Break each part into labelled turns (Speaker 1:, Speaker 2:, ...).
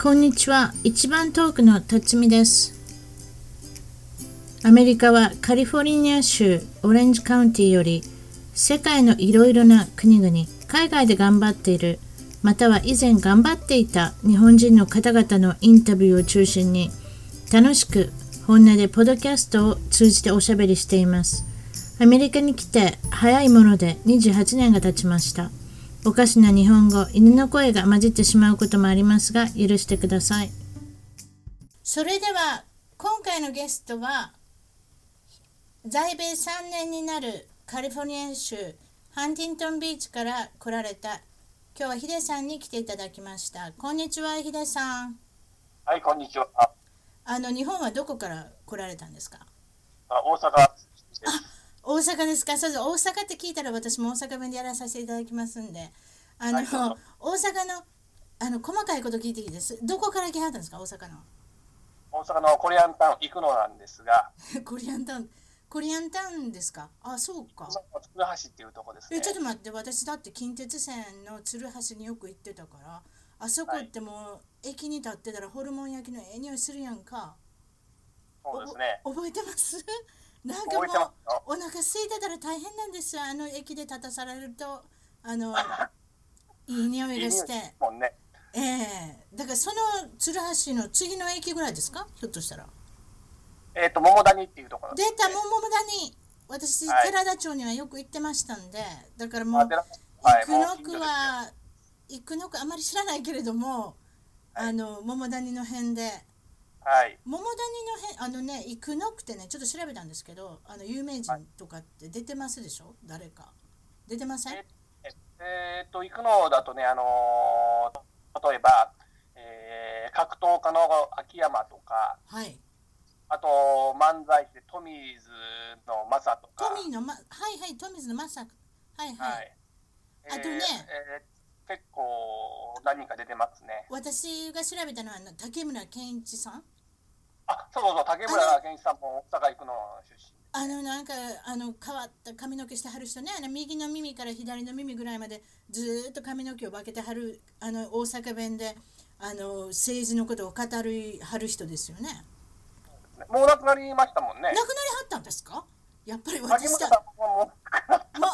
Speaker 1: こんにちは一番トークの辰巳ですアメリカはカリフォルニア州オレンジカウンティより世界のいろいろな国々海外で頑張っているまたは以前頑張っていた日本人の方々のインタビューを中心に楽しく本音でポッドキャストを通じておしゃべりしていますアメリカに来て早いもので28年が経ちましたおかしな日本語犬の声が混じってしまうこともありますが許してくださいそれでは今回のゲストは在米3年になるカリフォルニア州ハンティントンビーチから来られた今日はヒデさんに来ていただきましたこんにちはヒデさん
Speaker 2: はい、こんにちは。
Speaker 1: あの日本はどこから来られたんですか
Speaker 2: あ大阪です。
Speaker 1: 大阪ですかそうです大阪って聞いたら私も大阪弁でやらさせていただきますんであの、
Speaker 2: はいどうぞ
Speaker 1: 大阪のあの細かいこと聞いてきてですどこから来はったんですか大阪の
Speaker 2: 大阪のコリアンタウン行くのなんですが、
Speaker 1: コリアンタウンコリアンタウンですかあそうか
Speaker 2: 大阪の鶴橋っていうとこです
Speaker 1: え
Speaker 2: ね
Speaker 1: ちょ。っと待って私だって近鉄線の鶴橋によく行ってたからあそこってもう駅に立ってたらホルモン焼きのええ匂いするやんか
Speaker 2: そうですね。
Speaker 1: おぼ覚えてます なんかも
Speaker 2: 覚えてますよ。
Speaker 1: うお腹空いてたら大変なんですよあの駅で立たされるとあ のいい匂いがして
Speaker 2: いい匂いですもんね。
Speaker 1: ええだからその鶴橋の次の駅ぐらいですかひょっとしたら
Speaker 2: えっ、と、桃谷っていうところ
Speaker 1: 出
Speaker 2: です、
Speaker 1: たもんも無駄に私、
Speaker 2: はい
Speaker 1: 寺田町にはよく行ってましたんでだからも
Speaker 2: あ
Speaker 1: う
Speaker 2: 寺
Speaker 1: 行く
Speaker 2: はいもう
Speaker 1: のくは行くの
Speaker 2: 近所ですよ
Speaker 1: くあまり知らないけれども、あの桃谷の辺で
Speaker 2: はい。
Speaker 1: 桃谷の辺あのね行くのくってねちょっと調べたんですけどあの有名人とかって出てますでしょ誰か出てません
Speaker 2: ええっ、と、行くのだとね、あのー例えば、えー格闘家の秋山とか、
Speaker 1: はい
Speaker 2: あと、漫才師でトミーズのマサとか、
Speaker 1: トミーのまはいはいトミーズのまさはいはい、
Speaker 2: はい。
Speaker 1: あとね
Speaker 2: えー結構何人か出てますね。
Speaker 1: 私が調べたのはあの竹村健一さん
Speaker 2: あ、そうそう、竹村健一さんも大阪行くの出身。
Speaker 1: あのなんかあの変わった髪の毛してはる人ねあの右の耳から左の耳ぐらいまでずーっと髪の毛を分けてはるあの大阪弁であの政治のことを語るはる人ですよね。
Speaker 2: もう亡くなりましたもんね
Speaker 1: 亡くなり。はったんですかやっぱり
Speaker 2: 竹
Speaker 1: 私
Speaker 2: 村
Speaker 1: だ
Speaker 2: さんはもう、
Speaker 1: もう私はだから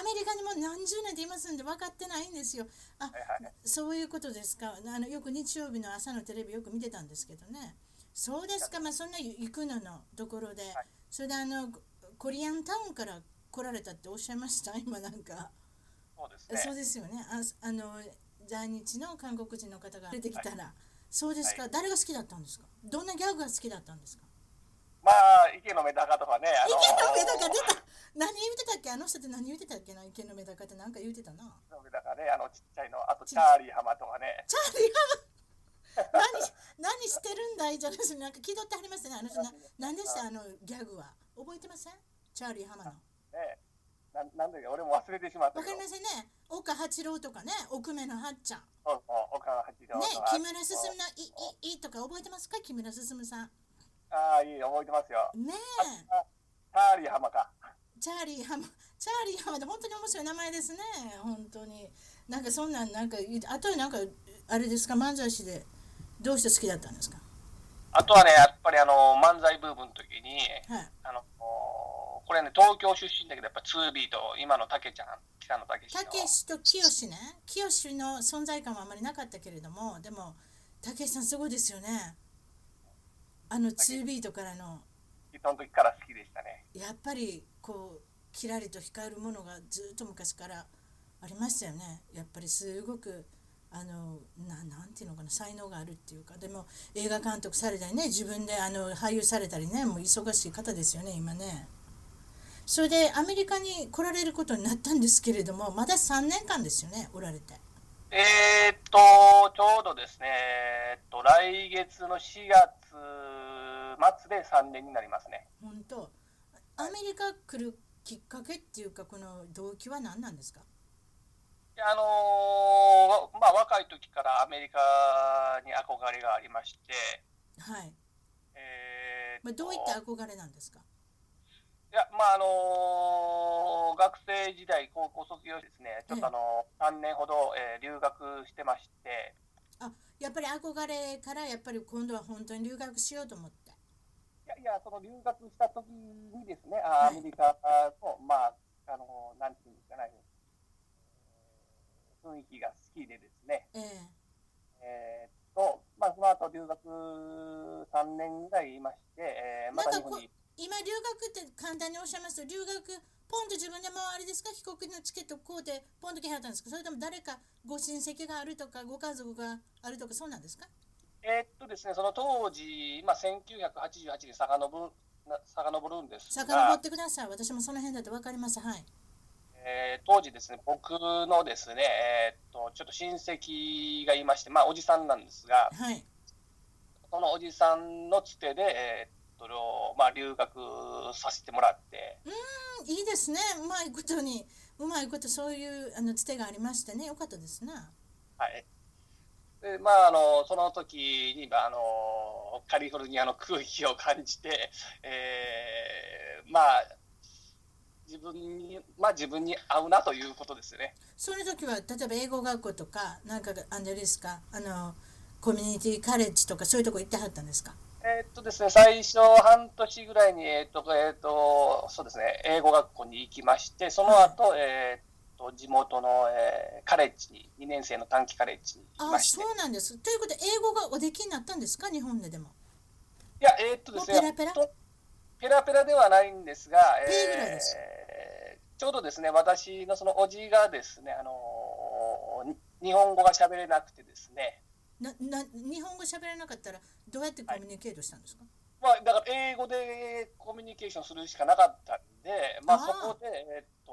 Speaker 1: アメリカにも何十年っていますんで分かってないんですよ。あ
Speaker 2: はいは
Speaker 1: そういうことですかあのよく日曜日の朝のテレビよく見てたんですけどねそうですかまあそんな行くののところで、
Speaker 2: はい
Speaker 1: それであのココリアンタウンから来られたっておっしゃいました 今なんか、
Speaker 2: そうです
Speaker 1: そう
Speaker 2: ね。
Speaker 1: ですよねああの在日の韓国人の方が出てきたら、そうですか、誰が好きだったんですかどんなギャグが好きだったんですか
Speaker 2: まあ、池のメダカとかね、あ
Speaker 1: 池
Speaker 2: の
Speaker 1: のメダカ出た何言ってたっけあの人って何言ってたっけな池のメダカって何か言ってたな
Speaker 2: 池のメダカね、あのちっちゃいの、あとチャーリー浜とかね。
Speaker 1: チャーリーハマ何何してるんだいじゃなくてなんか気取ってはりますねあの人な何でしたあのギャグは覚えてませんチャーリーハマの
Speaker 2: ねなんなんだっけ、俺も忘れてしまった
Speaker 1: わ
Speaker 2: け
Speaker 1: か
Speaker 2: ど。
Speaker 1: りませんね岡八郎とかね奥目のはっちゃん
Speaker 2: そうそう、岡八郎
Speaker 1: ね
Speaker 2: とか。
Speaker 1: 木村進の「いいいい」とか覚えてますか木村進さん
Speaker 2: ああ、いい、覚えてますよ。
Speaker 1: ねえ
Speaker 2: チャーリー浜か。
Speaker 1: チャーリーハマチャーリーハマって本当に面白い名前ですね本当になんかそんなんなんか言うあとなんかあれですか漫才師でどうして好きだったんですか
Speaker 2: あとはね、やっぱりあの、漫才ブームの時に、
Speaker 1: はい
Speaker 2: あの、これね、東京出身だけど、やっぱ 2B と今のたけちゃん、北野たけしの
Speaker 1: たけしときよしねきよしの存在感はあまりなかったけれどもでもたけしさんすごいですよねあの2ビートからの
Speaker 2: その時から好きでしたね。
Speaker 1: やっぱりこうキラリと光るものがずっと昔からありましたよねやっぱりすごくあのななんていうのかな才能があるっていうかでも映画監督されたりね自分であの俳優されたりねもう忙しい方ですよね今ねそれでアメリカに来られることになったんですけれどもまだ3年間ですよねおられて
Speaker 2: えーっと、ちょうどですね、えーっと、来月の4月末で3年になりますね。
Speaker 1: 本当アメリカ来るきっかけっていうかこの動機は何なんですか
Speaker 2: であのーまあ、若い時からアメリカに憧れがありまして、
Speaker 1: はい、
Speaker 2: えー
Speaker 1: まあ、
Speaker 2: っと
Speaker 1: どういった憧れなんですか
Speaker 2: いや、まあ、あのー学生時代、高校卒業してですね、ちょっとあのー3年ほど、えー留学してまして、
Speaker 1: やっぱり憧憧れからやっぱり今度は本当に留学しようと思って。
Speaker 2: いやいや、その留学した時にですね、あアメリカと、まあ、あの、なんていうんですかね、雰囲気が好きでですね、
Speaker 1: ええ
Speaker 2: えーっと、まあ、その後留学3年ぐらいいまして、えーまた日本に、
Speaker 1: 今留学って簡単におっしゃいますと留学ポンと自分でもうあれですか帰国のチケットこうでポンと来はったんですかそれとも誰かご親戚があるとかご家族があるとかそうなんですか
Speaker 2: えーっとですね、その当時、まあ、1988年遡る、な遡るんですが、
Speaker 1: 遡ってください私もその辺だと分かりますはい
Speaker 2: えー当時ですね、僕のですね、えーっと、ちょっと親戚がいまして、まあ、おじさんなんですが、
Speaker 1: はい
Speaker 2: そのおじさんのつてで、えーっと、まあ、留学させてもらって、
Speaker 1: うんいいですねうまいことにうまいことそういうあのつてがありましてねよかったですね
Speaker 2: はい。で、まあ、あの、その時に、まあ、あの、カリフォルニアの空気を感じて、えーまあ、自分に、まあ、自分に合うなということですよね。
Speaker 1: その時は例えば英語学校とかなんかあのですかあのコミュニティカレッジとかそういうとこ行ってはったんですか
Speaker 2: えーっとですね、最初半年ぐらいに、えーっと、えーっと、そうですね、英語学校に行きまして、その後、えーっと、地元の、えーカレッジに、2年生の短期カレッジに行き
Speaker 1: あ
Speaker 2: まして
Speaker 1: そ。うなんですということで英語がおできになったんですか日本ででも
Speaker 2: いや、えーっとですね、
Speaker 1: もうペラペラ
Speaker 2: とペラペラではないんですが、
Speaker 1: ペーぐらいです
Speaker 2: えーちょうどですね、私のそのおじがですね、あのーに日本語が喋れなくてですね、
Speaker 1: なな日本語喋れなかったらどうやってコミュニケートしたんですか、
Speaker 2: まあ、だから英語でコミュニケーションするしかなかったんで、まあ、
Speaker 1: あ
Speaker 2: そ
Speaker 1: ー
Speaker 2: こで、えーっと、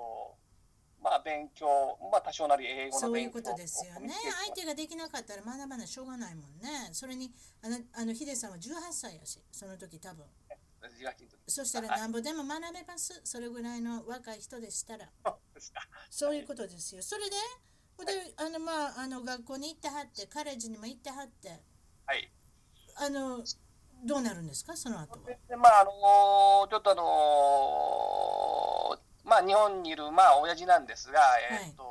Speaker 2: まあ、勉強、まあ、多少なり英語
Speaker 1: そ
Speaker 2: の
Speaker 1: うい
Speaker 2: 勉
Speaker 1: う
Speaker 2: 強
Speaker 1: ことですよ
Speaker 2: コミュ
Speaker 1: ね
Speaker 2: ニケーション
Speaker 1: 相手ができなかったら学ばなしょうがないもんねそれにあのあのヒデさんは18歳やしその時多分
Speaker 2: 私が聞いた時
Speaker 1: そしたら
Speaker 2: はい
Speaker 1: なんぼでも学べますそれぐらいの若い人でしたら
Speaker 2: でした
Speaker 1: そういうことですよそれでほんであのまああの学校に行ってはってカレッジにも行ってはって
Speaker 2: はい。
Speaker 1: あのどうなるんですかその後は
Speaker 2: でまああのちょっとあのまあ日本にいるまあ親父なんですが、えっと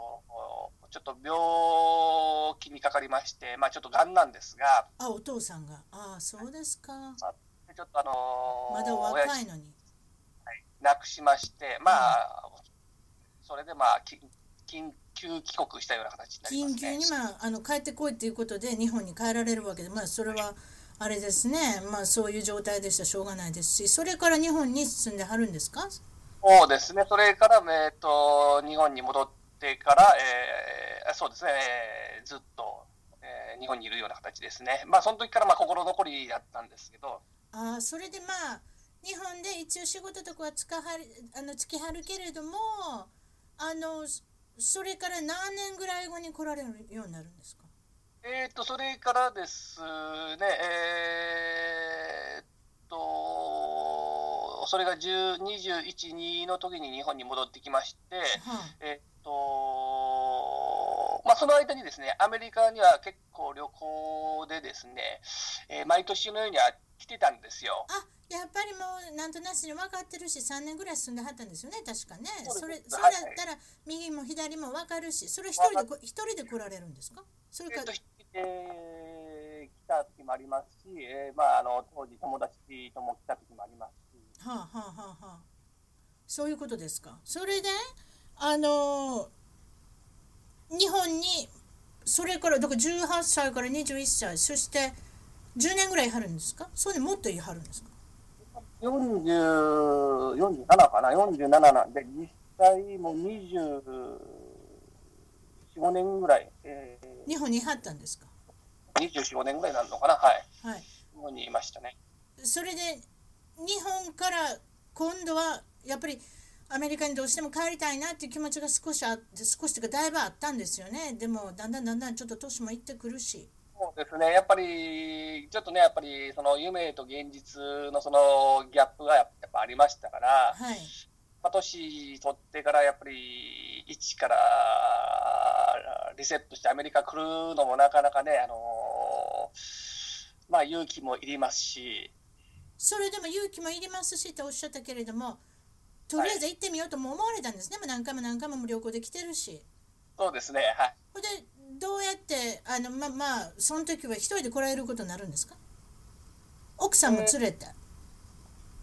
Speaker 2: ちょっと病気にかかりまして、まあちょっと癌なんですが、
Speaker 1: あお父さんがああそうですか
Speaker 2: ちょっとあの
Speaker 1: まだお
Speaker 2: 親
Speaker 1: 若
Speaker 2: 父
Speaker 1: いのに
Speaker 2: 亡くしまして、まあそれでまあ緊緊急帰国したような形になり
Speaker 1: 緊
Speaker 2: ます
Speaker 1: 急
Speaker 2: ね
Speaker 1: に。まああの帰ってこいということで日本に帰られるわけで、まあ、それはあれですね、まあ、そういう状態でしたらしょうがないですしそれから日本に住んではるんですか
Speaker 2: そうですね。それからえっと日本に戻ってから、えーそうですね、えーずっと、えー日本にいるような形ですね。まあその時からまあ心残りだったんですけど、
Speaker 1: ああそれでまあ日本で一応仕事とかはつかはるあのつきはるけれどもあのそそれから何年ぐらい後に来られるようになるん ですか
Speaker 2: えっとそれからですね、えーっとそれが10 21、2の時に日本に戻ってきまして、
Speaker 1: は
Speaker 2: えっと、まあ、その間にですね、アメリカには結構旅行でですね、えー毎年のようには来てたんですよ。
Speaker 1: あ、あやっぱりもうなんとなしに分かってるし3年ぐらい住んではったんですよね確かね
Speaker 2: そ
Speaker 1: そうれ
Speaker 2: で
Speaker 1: それだ
Speaker 2: すはい
Speaker 1: ったら右も左も分かるしそれ一人でこ一人で来られるんですかそれ
Speaker 2: え
Speaker 1: か
Speaker 2: っと、えー来た時もありますし、えーまあ、あの当時友達とも来た時もありますし、
Speaker 1: はあはあはあはあそういうことですかそれであのー日本にそれからだから18歳から21歳そして10年ぐらいいはるんですかそうでもっといはるんですか
Speaker 2: 40 47かな、47なんで、実際もう24、5年ぐらい、え
Speaker 1: 日本にいはったんですか
Speaker 2: ー、24、5年ぐらいなるのかな、はい、
Speaker 1: はい
Speaker 2: 日本にいましたね。
Speaker 1: それで日本から今度はやっぱりアメリカにどうしても帰りたいなっていう気持ちが少しあって少しというかだいぶあったんですよねでもだんだんだんだんちょっと年もいってくるし
Speaker 2: そうですね、やっぱり、ちょっとね、やっぱり、その夢と現実のそのギャップがやっぱありましたから、
Speaker 1: はい
Speaker 2: まあ、年取ってからやっぱり、一からリセットしてアメリカ来るのもなかなかね、あのまあ、勇気もいりますし、
Speaker 1: それでも勇気もいりますしとおっしゃったけれどもとりあえず行ってみようとも思われたんですね、もう何回も何回も旅行できてるし
Speaker 2: そうですね、はい。
Speaker 1: ほんでどうやってあのままあその時は一人で来られることになるんですか奥さんも連れて、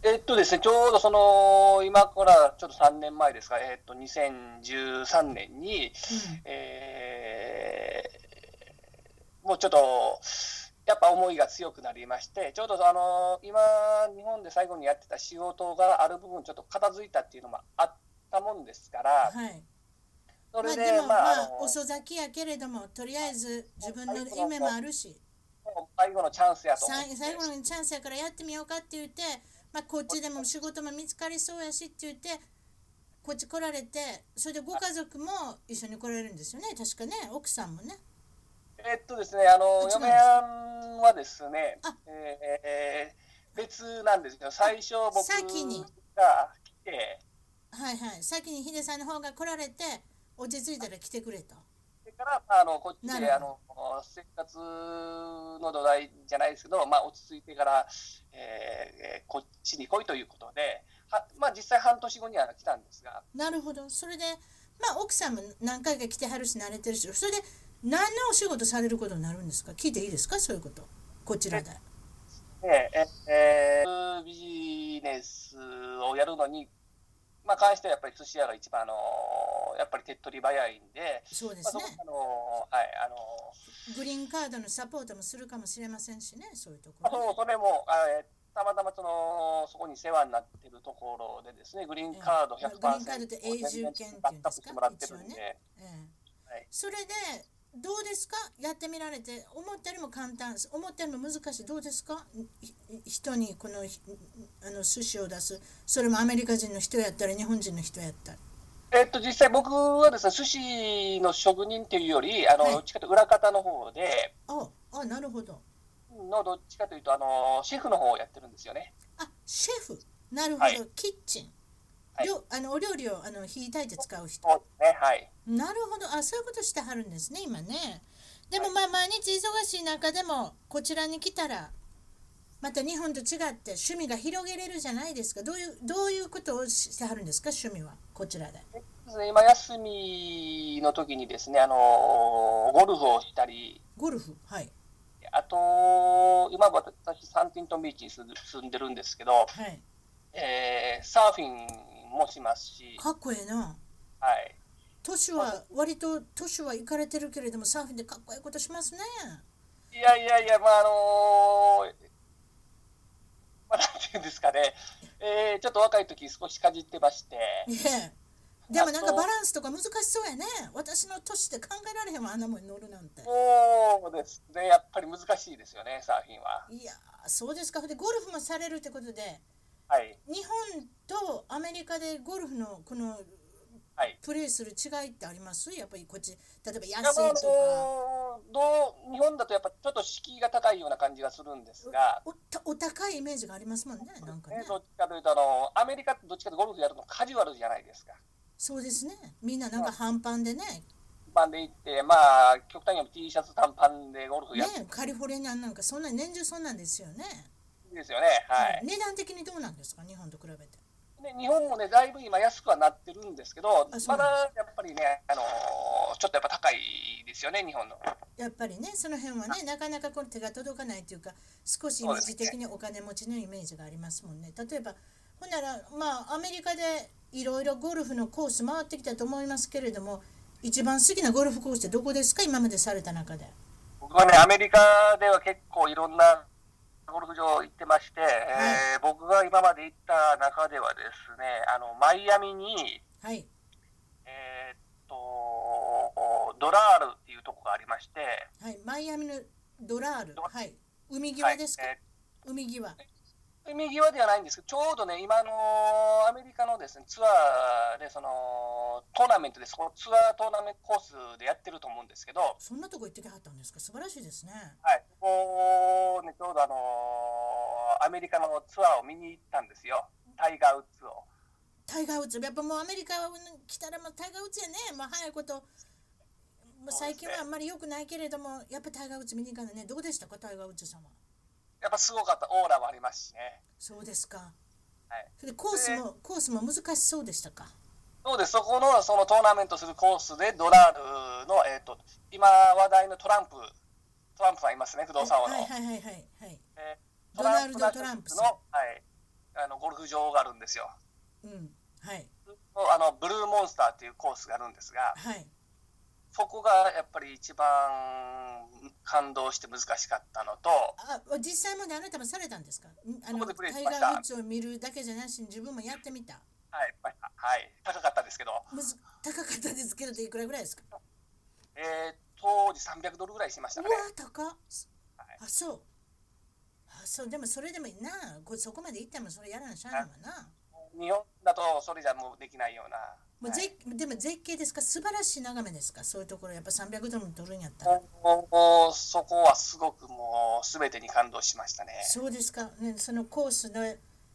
Speaker 2: えっとですね、ちょうどその、今からちょっと3年前ですか、えっと、2013年に、えーもうちょっと、やっぱ思いが強くなりまして、ちょうどあの、今、日本で最後にやってた仕事がある部分、ちょっと片付いたっていうのもあったもんですから、
Speaker 1: はい
Speaker 2: それ
Speaker 1: まあ
Speaker 2: で
Speaker 1: で、もま
Speaker 2: まあ、あ
Speaker 1: あ
Speaker 2: の
Speaker 1: 遅咲きやけれどもとりあえず自分の夢もあるし
Speaker 2: もう最後のチャンスやと思っ
Speaker 1: さ
Speaker 2: て
Speaker 1: い最後のチャンスやからやってみようかって言って、まあ、こっちでも仕事も見つかりそうやしって言ってこっち来られてそれでご家族も一緒に来られるんですよね確かね奥さんもね
Speaker 2: えっとですね、あ
Speaker 1: あ違うん
Speaker 2: の
Speaker 1: です
Speaker 2: 嫁はんはですね
Speaker 1: あ、
Speaker 2: えー別なんですけど、最初僕
Speaker 1: 先に
Speaker 2: が来て、
Speaker 1: はいはい先にヒデさんの方が来られて落ち着いたら来てくれと
Speaker 2: それから、まあ、あのこっ
Speaker 1: な
Speaker 2: ち
Speaker 1: る
Speaker 2: であ
Speaker 1: ほ
Speaker 2: の生活の土台じゃないですけど、まあ、落ち着いてから、えーえーこっちに来いということで、はまあ、実際半年後には来たんですが、
Speaker 1: なるほどそれでまあ奥さんも何回か来てはるし慣れてるしそれで何のお仕事されることになるんですか聞いていいですかそういうことこちらで
Speaker 2: でえーえービジネスをやるのに、まあ、関してはやっぱり寿司屋が一番あのやっぱり手っ取り早いんで、
Speaker 1: そうで
Speaker 2: ま
Speaker 1: す
Speaker 2: あ、そ
Speaker 1: ね
Speaker 2: こあのはいあの
Speaker 1: グリーンカードのサポートもするかもしれませんしねそういうとこ
Speaker 2: あ
Speaker 1: ろ
Speaker 2: そうそれも、あえーたまたまそのそこに世話になってるところでですね、グリーンカード
Speaker 1: え
Speaker 2: 100%
Speaker 1: えグリーンカードって永住権っていうんですか
Speaker 2: バックアップしてもらってるんで、
Speaker 1: 一応ええ
Speaker 2: はい
Speaker 1: それでどうですかやってみられて思ったよりも簡単思ったよりも難しいどうですかいい人にこのひあの寿司を出すそれもアメリカ人の人やったら日本人の人やったら
Speaker 2: えっと実際僕はですね、寿司の職人というより、あの、
Speaker 1: はい
Speaker 2: どっちかというと裏方の方で、
Speaker 1: ああなるほど
Speaker 2: のどっちかというとあのシェフの方をやってるんですよね。
Speaker 1: あシェフなるほど、
Speaker 2: はい
Speaker 1: キッチン、
Speaker 2: はい
Speaker 1: 料あのお料理をあの火炊いて使う人
Speaker 2: そうですね、はい。
Speaker 1: なるほどあそういうことしてはるんですね今ねでもまあ毎日忙しい中でもこちらに来たらまた日本と違って趣味が広げれるじゃないですかどういうどういうことをしてはるんですか趣味はこちらで
Speaker 2: 今休みの時にですね、あのゴルフをしたり、
Speaker 1: ゴルフはい
Speaker 2: あと、今私、サンティントンビーチに住ん住んでるんですけど、
Speaker 1: はい
Speaker 2: えーサーフィンもしますし、
Speaker 1: かっこええな
Speaker 2: はい、
Speaker 1: 年は割と年は行かれてるけれどもサーフィンでかっこええことしますね
Speaker 2: いやいやいや、まあ、あのーまあ、なんていうんですかね、えーちょっと若い時少しかじってまして、
Speaker 1: いえでもなんかバランスとか難しそうやね私の年で考えられへんわあんなもんに乗るなんて
Speaker 2: そうですね、やっぱり難しいですよね、サーフィンは。
Speaker 1: いやーそうですかほんでゴルフもされるってことで
Speaker 2: はい、
Speaker 1: 日本とアメリカでゴルフのこの
Speaker 2: はい。
Speaker 1: プレーする違いってありますやっぱりこっち例えば
Speaker 2: いや
Speaker 1: 安
Speaker 2: まあ
Speaker 1: い
Speaker 2: あ
Speaker 1: とか
Speaker 2: のーどう日本だとやっぱちょっと敷居が高いような感じがするんですが、
Speaker 1: おたお高いイメージがありますもんねなんかね
Speaker 2: ねどっちかというとあのーアメリカってどっちかというとゴルフやるのカジュアルじゃないですか。
Speaker 1: そうですねみんななんか半パンでね
Speaker 2: パンで行って、まあ、極端にも T シャツ短パンでゴルフ
Speaker 1: ね
Speaker 2: やって
Speaker 1: カリフォルニアなんかそんな年中そんなんですよね、
Speaker 2: るんですよね。はい。
Speaker 1: 値段的にどうなんですか日本と比べて
Speaker 2: で日本もね、だいぶ今安くはなってるんですけど
Speaker 1: あ、そう
Speaker 2: まだやっぱりね、あのーちょっとやっぱ高いですよね、日本の。
Speaker 1: やっぱりねその辺はねなかなかこれ手が届かないというか少しイメージ的にお金持ちのイメージがありますもんね例えばほんならまあアメリカでいろいろゴルフのコース回ってきたと思いますけれども一番好きなゴルフコースってどこですか今までされた中で
Speaker 2: 僕はね、アメリカでは結構いろんなゴルフ場行ってまして、えー僕が今まで行った中ではですね、あの、マイアミに、
Speaker 1: はい
Speaker 2: えーっと、ドラールっていうとこがありまして、
Speaker 1: はいマイアミのドラール
Speaker 2: ドラ
Speaker 1: はい海際ですか、
Speaker 2: はいえー
Speaker 1: 海際
Speaker 2: 海際ではないんですけど、ちょうどね、今のアメリカのですねツアーで、そのトーナメントで、そのツアートーナメントコースでやってると思うんですけど、
Speaker 1: そんなとこ行ってきはったんですか素晴らしいですね
Speaker 2: はい、ここね、ちょうどあのーアメリカのツアーを見に行ったんですよ、タイガー・ウッズを。
Speaker 1: タイガー・ウッズやっぱもうアメリカに来たらもうタイガー・ウッズやねもう早いこともう最近はあんまり良くないけれどもやっぱタイガー・ウッズ見に行かないねどうでしたかタイガー・ウッズ様
Speaker 2: やっぱすごかった、オーラもありますしね。
Speaker 1: そうですか
Speaker 2: はい
Speaker 1: それでコースもコースも難しそうでしたか
Speaker 2: そうです、そこのそのトーナメントするコースで、ドラールの、えー、と今話題のトランプ、トランプさんいますね、不動産王の。
Speaker 1: はいはいはいはいはい。
Speaker 2: えー
Speaker 1: ドナルドトランプさん
Speaker 2: の、はい、あのゴルフ場があるんですよ。
Speaker 1: うん。はい
Speaker 2: あのブルーモンスターっていうコースがあるんですが、
Speaker 1: はい。
Speaker 2: そこがやっぱり一番感動して難しかったのと、
Speaker 1: あ実際まであなたもされたんですかんあ
Speaker 2: そ
Speaker 1: の
Speaker 2: こでプレイ
Speaker 1: タ
Speaker 2: し
Speaker 1: イ
Speaker 2: ま
Speaker 1: ガ
Speaker 2: した
Speaker 1: ー・ウッズを見るだけじゃなしに自分もやってみた
Speaker 2: はい、まあはい、高かったですけど、
Speaker 1: むず高かったですけどでいくらぐらいですか
Speaker 2: えー当時300ドルぐらいしまし
Speaker 1: う
Speaker 2: た
Speaker 1: わ
Speaker 2: かね。
Speaker 1: 高っ
Speaker 2: い
Speaker 1: あそうあそうでもそれでもいいなこそこまで行ったもそれやらなしゃあないわな
Speaker 2: 日本だとそれじゃもうできないような。
Speaker 1: もう
Speaker 2: はい
Speaker 1: ぜでも絶景ですか素晴らしい眺めですかそういうところやっぱ300ドルも取るんやったら
Speaker 2: もうもうそこはすごくもう全てに感動しましたね。
Speaker 1: そうですか、ね、そのコースの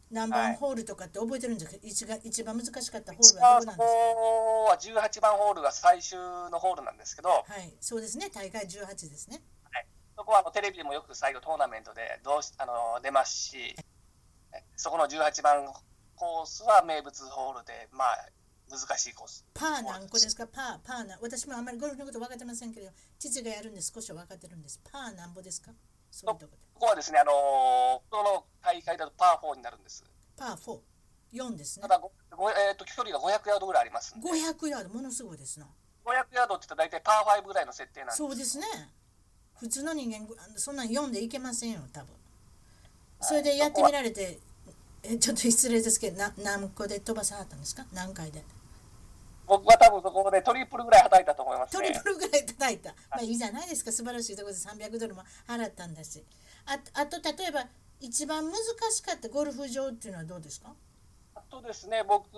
Speaker 1: 何
Speaker 2: は
Speaker 1: 番
Speaker 2: い
Speaker 1: ホールとかって覚えてるんですか、一が一番難しかったホー
Speaker 2: 一
Speaker 1: ルは
Speaker 2: 番
Speaker 1: どこなんですか
Speaker 2: ホールは18番ホールが最終のホールなんですけど、
Speaker 1: はい、そうですね、大会18ですね。
Speaker 2: そこはあのテレビでもよく最後トーナメントでどうしあの出ますし、えそこの18番コースは名物ホールで、まあ、難しいコース。
Speaker 1: パー何個ですか、パー、パーな、私もあんまりゴルフのこと分かってませんけど、父がやるんで少しは分かってるんです。パー何ぼですかそういうとこで。
Speaker 2: ここはですね、あのこの大会だとパー4になるんです。
Speaker 1: パー4、4ですね
Speaker 2: た。だ、ごごえー、と距離が500ヤードぐらいありますんで、
Speaker 1: 500ヤード、ものすごいですな。
Speaker 2: 500ヤードって言ったら大体パー5ぐらいの設定なんです
Speaker 1: そうですね。普通の人間、あのそんなん読んでいけませんよ、多分。それでやってみられて、えちょっと失礼ですけど、な何個で飛ばさはったんですか何回で。
Speaker 2: 僕は多分そこでトリプルぐらい叩いたと思います
Speaker 1: トリ
Speaker 2: ね
Speaker 1: プ。ルぐらい叩いた。まあいいじゃないですか、素晴らしいところで300ドルも払ったんだし。ああと、例えば、一番難しかったゴルフ場っていうのはどうですか
Speaker 2: あとですね、僕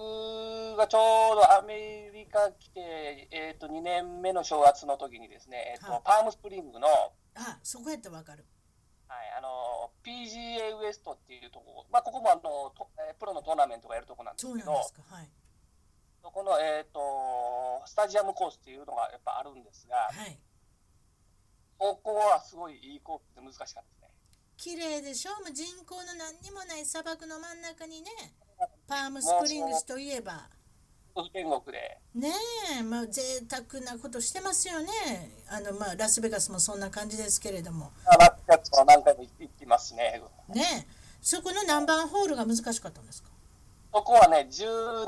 Speaker 2: がちょうどアメリカ来て、えー、と2年目の正月の時にですね、えーと
Speaker 1: はい
Speaker 2: パームスプリングの、はい、
Speaker 1: あそこやったらわかる。
Speaker 2: あの PGA ウエストっていうところ、まあ、ここもあのとえープロのトーナメントがやるとこなんで
Speaker 1: そ
Speaker 2: す
Speaker 1: う
Speaker 2: け
Speaker 1: なん
Speaker 2: ど、
Speaker 1: ですか。はい。
Speaker 2: そこの、えー、とスタジアムコースっていうのがやっぱあるんですが、
Speaker 1: はい。
Speaker 2: ここはすごいいいコースで難しかったですね。
Speaker 1: 綺麗でしょもう人口の何にもない砂漠の真ん中にね、パームスプリングスといえば。
Speaker 2: 天国で、
Speaker 1: ねえ、まあ、贅沢なことしてますよね。あの、まあ、ラスベガスもそんな感じですけれども。
Speaker 2: まあラッキーアッツは何回も行ってますね。
Speaker 1: ねえ、そこの何番ホールが難しかったんですか
Speaker 2: そこはね、17番、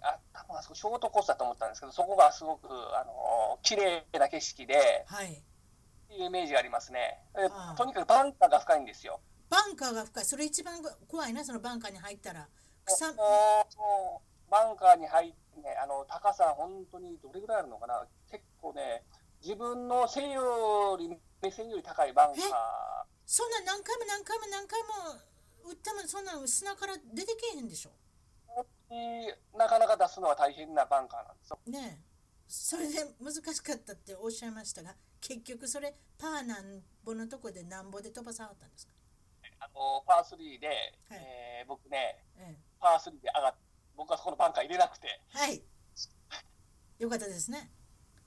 Speaker 2: あ多分あそこショートコースだと思ったんですけど、そこがすごく、あの綺麗な景色で、
Speaker 1: はい。
Speaker 2: いうイメージがありますね。で
Speaker 1: ああ
Speaker 2: とにかくバンカーが深いんですよ。
Speaker 1: バンカーが深い。それ一番怖いな、そのバンカーに入ったら。草、
Speaker 2: ここもうバンカーに入ってね、あの高さ、本当にどれぐらいあるのかな、結構ね、自分の背より、目線より高いバンカー、
Speaker 1: そんな何回も何回も何回も打ってもそんな砂から出てけえへんでしょ。
Speaker 2: 本当になかなか出すのは大変なバンカーなんですよ。
Speaker 1: ねえ。それで難しかったっておっしゃいましたが、結局それパーなんぼのとこでなんぼで飛ばさはったんですか
Speaker 2: あのパー3で、
Speaker 1: はい
Speaker 2: えー僕ね、
Speaker 1: ええ。
Speaker 2: パー3で上がって、僕はそこのバンカー入れなくて。
Speaker 1: はい。よかったですね。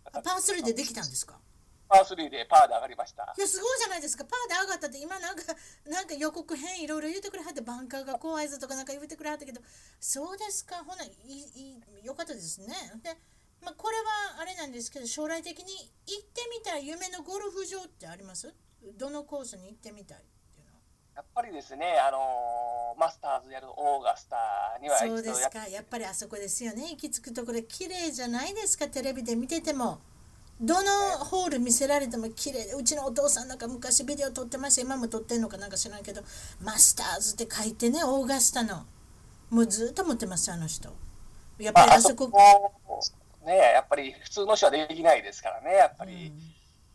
Speaker 1: あパー3でできたんですか
Speaker 2: パー3でパーで上がりました
Speaker 1: い。や、すごいじゃないですか。パーで上がったって、今なんか、なんか予告編いろいろ言ってくれはって、バンカーが怖いぞとかなんか言ってくれはったけど、そうですか。ほな、いい、いいよかったですね。で、まあ、これはあれなんですけど、将来的に行ってみたい夢のゴルフ場ってありますどのコースに行ってみたいっていうのは
Speaker 2: やっぱりですね、あのーマスターズやるオーガスターには
Speaker 1: そうで
Speaker 2: や
Speaker 1: す
Speaker 2: っ
Speaker 1: か。やっぱりあそこですよね。行き着くところ、綺麗じゃないですか。テレビで見てても。どのホール見せられても綺麗でうちのお父さんなんか昔ビデオ撮ってました今も撮ってんのかなんか知らんけどマスターズって書いてねオーガスタのもうずっと持ってますあの人やっ
Speaker 2: ま
Speaker 1: ぱり
Speaker 2: あ、
Speaker 1: あ
Speaker 2: あ
Speaker 1: そ
Speaker 2: そ
Speaker 1: こ
Speaker 2: こ、ね、やっぱり普通の人はできないですからね、やっぱり。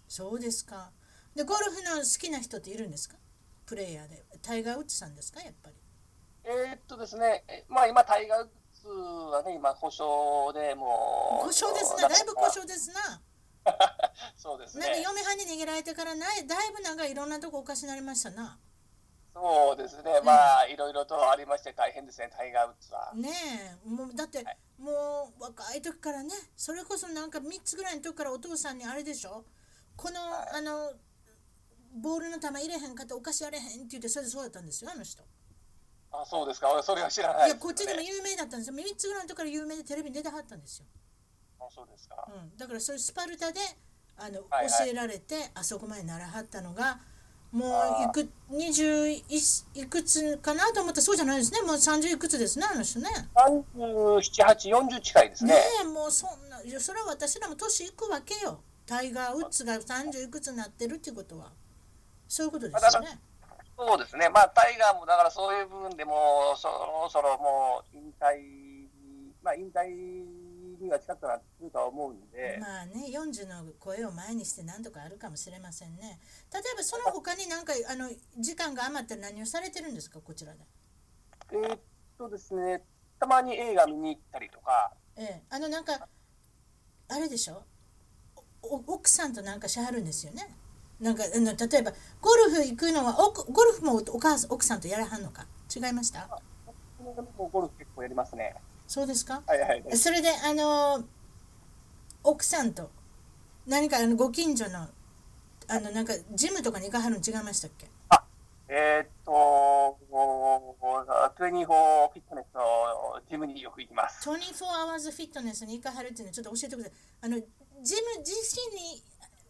Speaker 1: そうですかでゴルフの好きな人っているんですかプレイヤーでタイガー・ウッズさんですかやっぱり
Speaker 2: えーっとですね、えまあ今、タイガー・ウッズはね、今、故障でもう。
Speaker 1: 故障ですなだいぶ故。障ですな
Speaker 2: そうです
Speaker 1: なんか
Speaker 2: ね。
Speaker 1: 嫁はんに逃げられてからないだいぶなんかいろんなとこおかしになりましたな
Speaker 2: そうですね、まあ、いろいろとありまして、大変ですね、タイガー・ウッズは。
Speaker 1: ねえもうだって、もう若い時からねそれこそなんか3つぐらいの時からお父さんにあれでしょこの、あのボールの球入れへんかってお菓子やれへんって言ってそれでそうだったんですよあの人
Speaker 2: あそうですか俺それは知らない
Speaker 1: いや
Speaker 2: です、ね、
Speaker 1: こっちでも有名だったんですよ3つぐらいのところから有名でテレビに出てはったんですよ、
Speaker 2: あそうですか、
Speaker 1: うん、だからそういうスパルタであの、
Speaker 2: はいはい
Speaker 1: 教えられてあそこまでならはったのがもう
Speaker 2: あー
Speaker 1: いく20いいくつかなと思ったらそうじゃないですねもう30いくつですねあの人ね。
Speaker 2: 37、8、40近いです
Speaker 1: ね
Speaker 2: ね。
Speaker 1: えもうそんないやそれは私らも年いくわけよタイガー・ウッズが30いくつになってるっていうことはそういうことですよね
Speaker 2: そうですね、まあ、タイガーもだからそういう部分でもう、そろそろもう引退、まあ、引退には近くなってくるとは思うんで、
Speaker 1: まあね40の声を前にして何とかあるかもしれませんね例えばその他に何かあの時間が余ったら何をされてるんですかこちらで
Speaker 2: えーっとですね、たまに映画見に行ったりとか、
Speaker 1: ええあのなんかあれでしょおお奥さんとなんかしはるんですよねなんかあの例えばゴルフ行くのはおくゴルフもお母さん奥さんとやらはんのか違いました
Speaker 2: ゴルフ結構やりますね。
Speaker 1: そうですか
Speaker 2: はいはい、
Speaker 1: それであのー奥さんと何かあのご近所のあのなんかジムとかに行かはるの違いましたっけ
Speaker 2: えーっと、24フィットネスのジムによく行きます。
Speaker 1: 24 hours fitness に行かはるっていうのちょっと教えてくださいあのジム自身に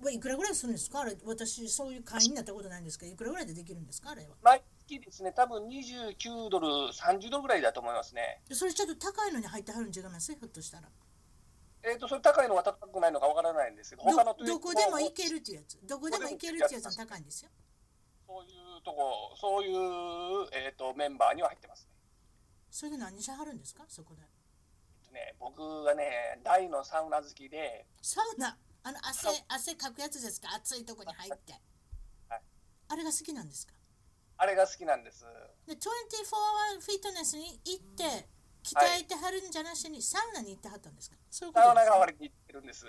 Speaker 1: わいくらぐらいするんですかあれ私そういう会員になったことないんですけどいくらぐらいでできるんですかあれは
Speaker 2: 毎月ですね、多分29ドル、30ドルぐらいだと思いますね。
Speaker 1: それちょっと高いのに入ってはるん違いますひょっとしたら
Speaker 2: えーっと、それ高いのか高くないのかわからないんですけど、他の
Speaker 1: どどこでも行けるっていうやつどこでも行けるっていうやつは高いんですよ
Speaker 2: そういうとこ、そういう、えー、とメンバーには入ってますね。
Speaker 1: それで何しはるんですかそこで
Speaker 2: えっとね僕がね、大のサウナ好きで、
Speaker 1: サウナあの汗汗かくやつですか暑いとこに入って、
Speaker 2: はい
Speaker 1: あれが好きなんですか
Speaker 2: あれが好きなんです。
Speaker 1: で24 hour フィットネスに行って鍛えてはるんじゃなしに、サウナに行ってはったんですかそういうこ
Speaker 2: サ
Speaker 1: と
Speaker 2: ウ
Speaker 1: で
Speaker 2: ナ
Speaker 1: す
Speaker 2: 代
Speaker 1: か
Speaker 2: わりに行ってるんです。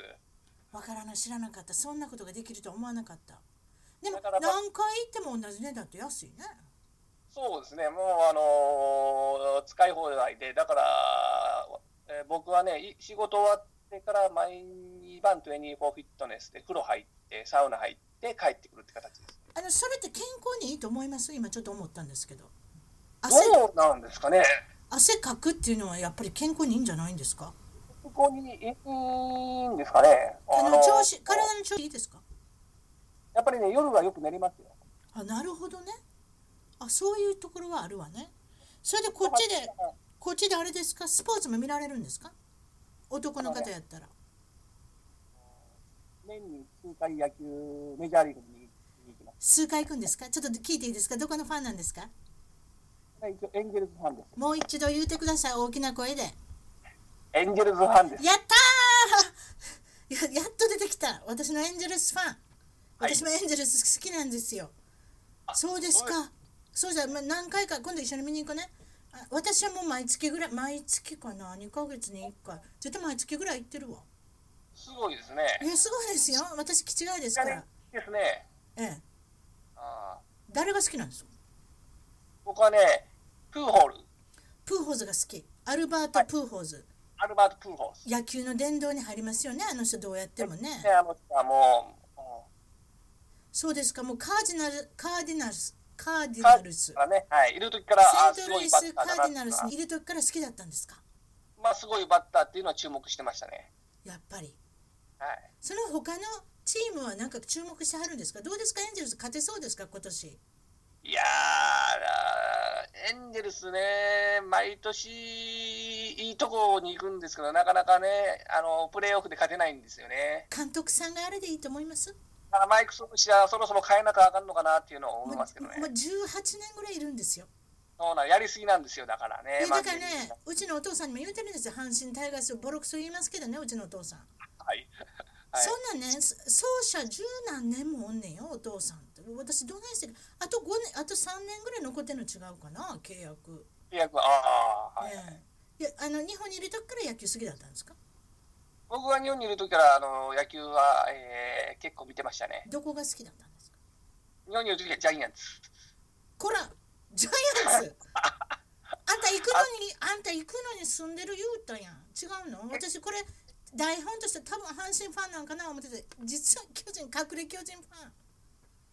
Speaker 1: わからない知らなかったそんなことができるとは思わなかったでも
Speaker 2: だからまあ
Speaker 1: 何回行っても同じ値段って安いね
Speaker 2: そうですね、もう、あのー使い放題で、だから、えー僕はね、い仕事終わってから毎晩24フィットネスで風呂入って、サウナ入って帰ってくるって形です。
Speaker 1: あのそれって健康にいいと思います今ちょっと思ったんですけど汗
Speaker 2: どうなんですかね。
Speaker 1: 汗かくっていうのはやっぱり健康にいいんじゃないんですか
Speaker 2: ここにいいんですかね。
Speaker 1: あの
Speaker 2: ー
Speaker 1: 調子体の調子いいですか
Speaker 2: やっぱりね、夜はよく寝れますよ。
Speaker 1: あなるほどねあそういうところはあるわねそれでこっちでこっちであれですかスポーツも見られるんですか男の方やったら
Speaker 2: 年に数回野球、メジャーリーグに行きま
Speaker 1: 数回行くんですかちょっと聞いていいですかどこのファンなんですか
Speaker 2: す。一応エンジェルズファンです。
Speaker 1: もう一度言うてください大きな声でやっ
Speaker 2: エンジェルズファンです。
Speaker 1: たー ややっと出てきた私のエンジェルスファン
Speaker 2: はい
Speaker 1: 私もエンジェルス好きなんですよそうですかそうじゃ、まあ、何回か今度一緒に見に行くねあ私はもう毎月ぐらい毎月かな2ヶ月に1回絶対毎月ぐらい行ってるわ
Speaker 2: すごいですね。
Speaker 1: いやすごいですよ私気違いですから、
Speaker 2: ですね。
Speaker 1: ええ、
Speaker 2: あー
Speaker 1: 誰が好きなんですか
Speaker 2: 僕はね、プーホール、
Speaker 1: プーホーズが好きアルバート・プーホーズ、
Speaker 2: アルバート・プーホール。
Speaker 1: 野球の殿堂に入りますよねあの人どうやってもね
Speaker 2: ね、あの人はもう、も
Speaker 1: そうですかもうカージナルカーディナルスカーデ
Speaker 2: う
Speaker 1: ィナルスセ
Speaker 2: からね、はい、いる時から、あー
Speaker 1: ン
Speaker 2: す
Speaker 1: ト
Speaker 2: ご
Speaker 1: ル
Speaker 2: い
Speaker 1: イ
Speaker 2: バッ
Speaker 1: ス
Speaker 2: タ
Speaker 1: カー
Speaker 2: ー
Speaker 1: デ
Speaker 2: だ
Speaker 1: ィナ
Speaker 2: な
Speaker 1: ルス
Speaker 2: とか
Speaker 1: にいる時から好きだったんですか
Speaker 2: まあ、すごいバッターっていうのは注目してましたね。
Speaker 1: やっぱり
Speaker 2: はい。
Speaker 1: その他のチームはなんか注目してはるんですかどうですかエンジェルス勝てそうですか今年
Speaker 2: いやーあー、エンジェルスね、毎年いいとこに行くんですけど、なかなかね、あのプレーオフで勝てないんですよね。
Speaker 1: 監督さんがあれでいいと思います
Speaker 2: だからマイク・ソムシはそろそろ変えなきゃあかんのかなっていうのを
Speaker 1: も
Speaker 2: 思
Speaker 1: う
Speaker 2: いますけどね。
Speaker 1: もう18年ぐらいいるんですよ
Speaker 2: そうなんやりすぎなんですよ、だから
Speaker 1: い
Speaker 2: ね。
Speaker 1: やだからね
Speaker 2: マンチェスター、
Speaker 1: うちのお父さんにも言うてるんですよ、阪神タイガースをボロクソ言いますけどね、うちのお父さん。
Speaker 2: はい。はい
Speaker 1: そ、んなね、そ走者十何年もおんねんよ、お父さんって。私、どないしてるあと五年、あと3年ぐらい残ってんの違うかな、契約。
Speaker 2: 契約は、ああ、はい
Speaker 1: ええいやあの日本にいる時から野球好きだったんですか
Speaker 2: 僕が日本にいる時からあの野球は、えー結構見てましたね。
Speaker 1: どこが好きだったんですか
Speaker 2: 日本にいる時はジャイアンツ。
Speaker 1: こら、ジャイアンツあんた行くのに、あんた行くのに住んでる言うたやん。違うの私、これ、台本として多分阪神ファンなんかな思ってて、実は巨人、隠れ巨人ファン。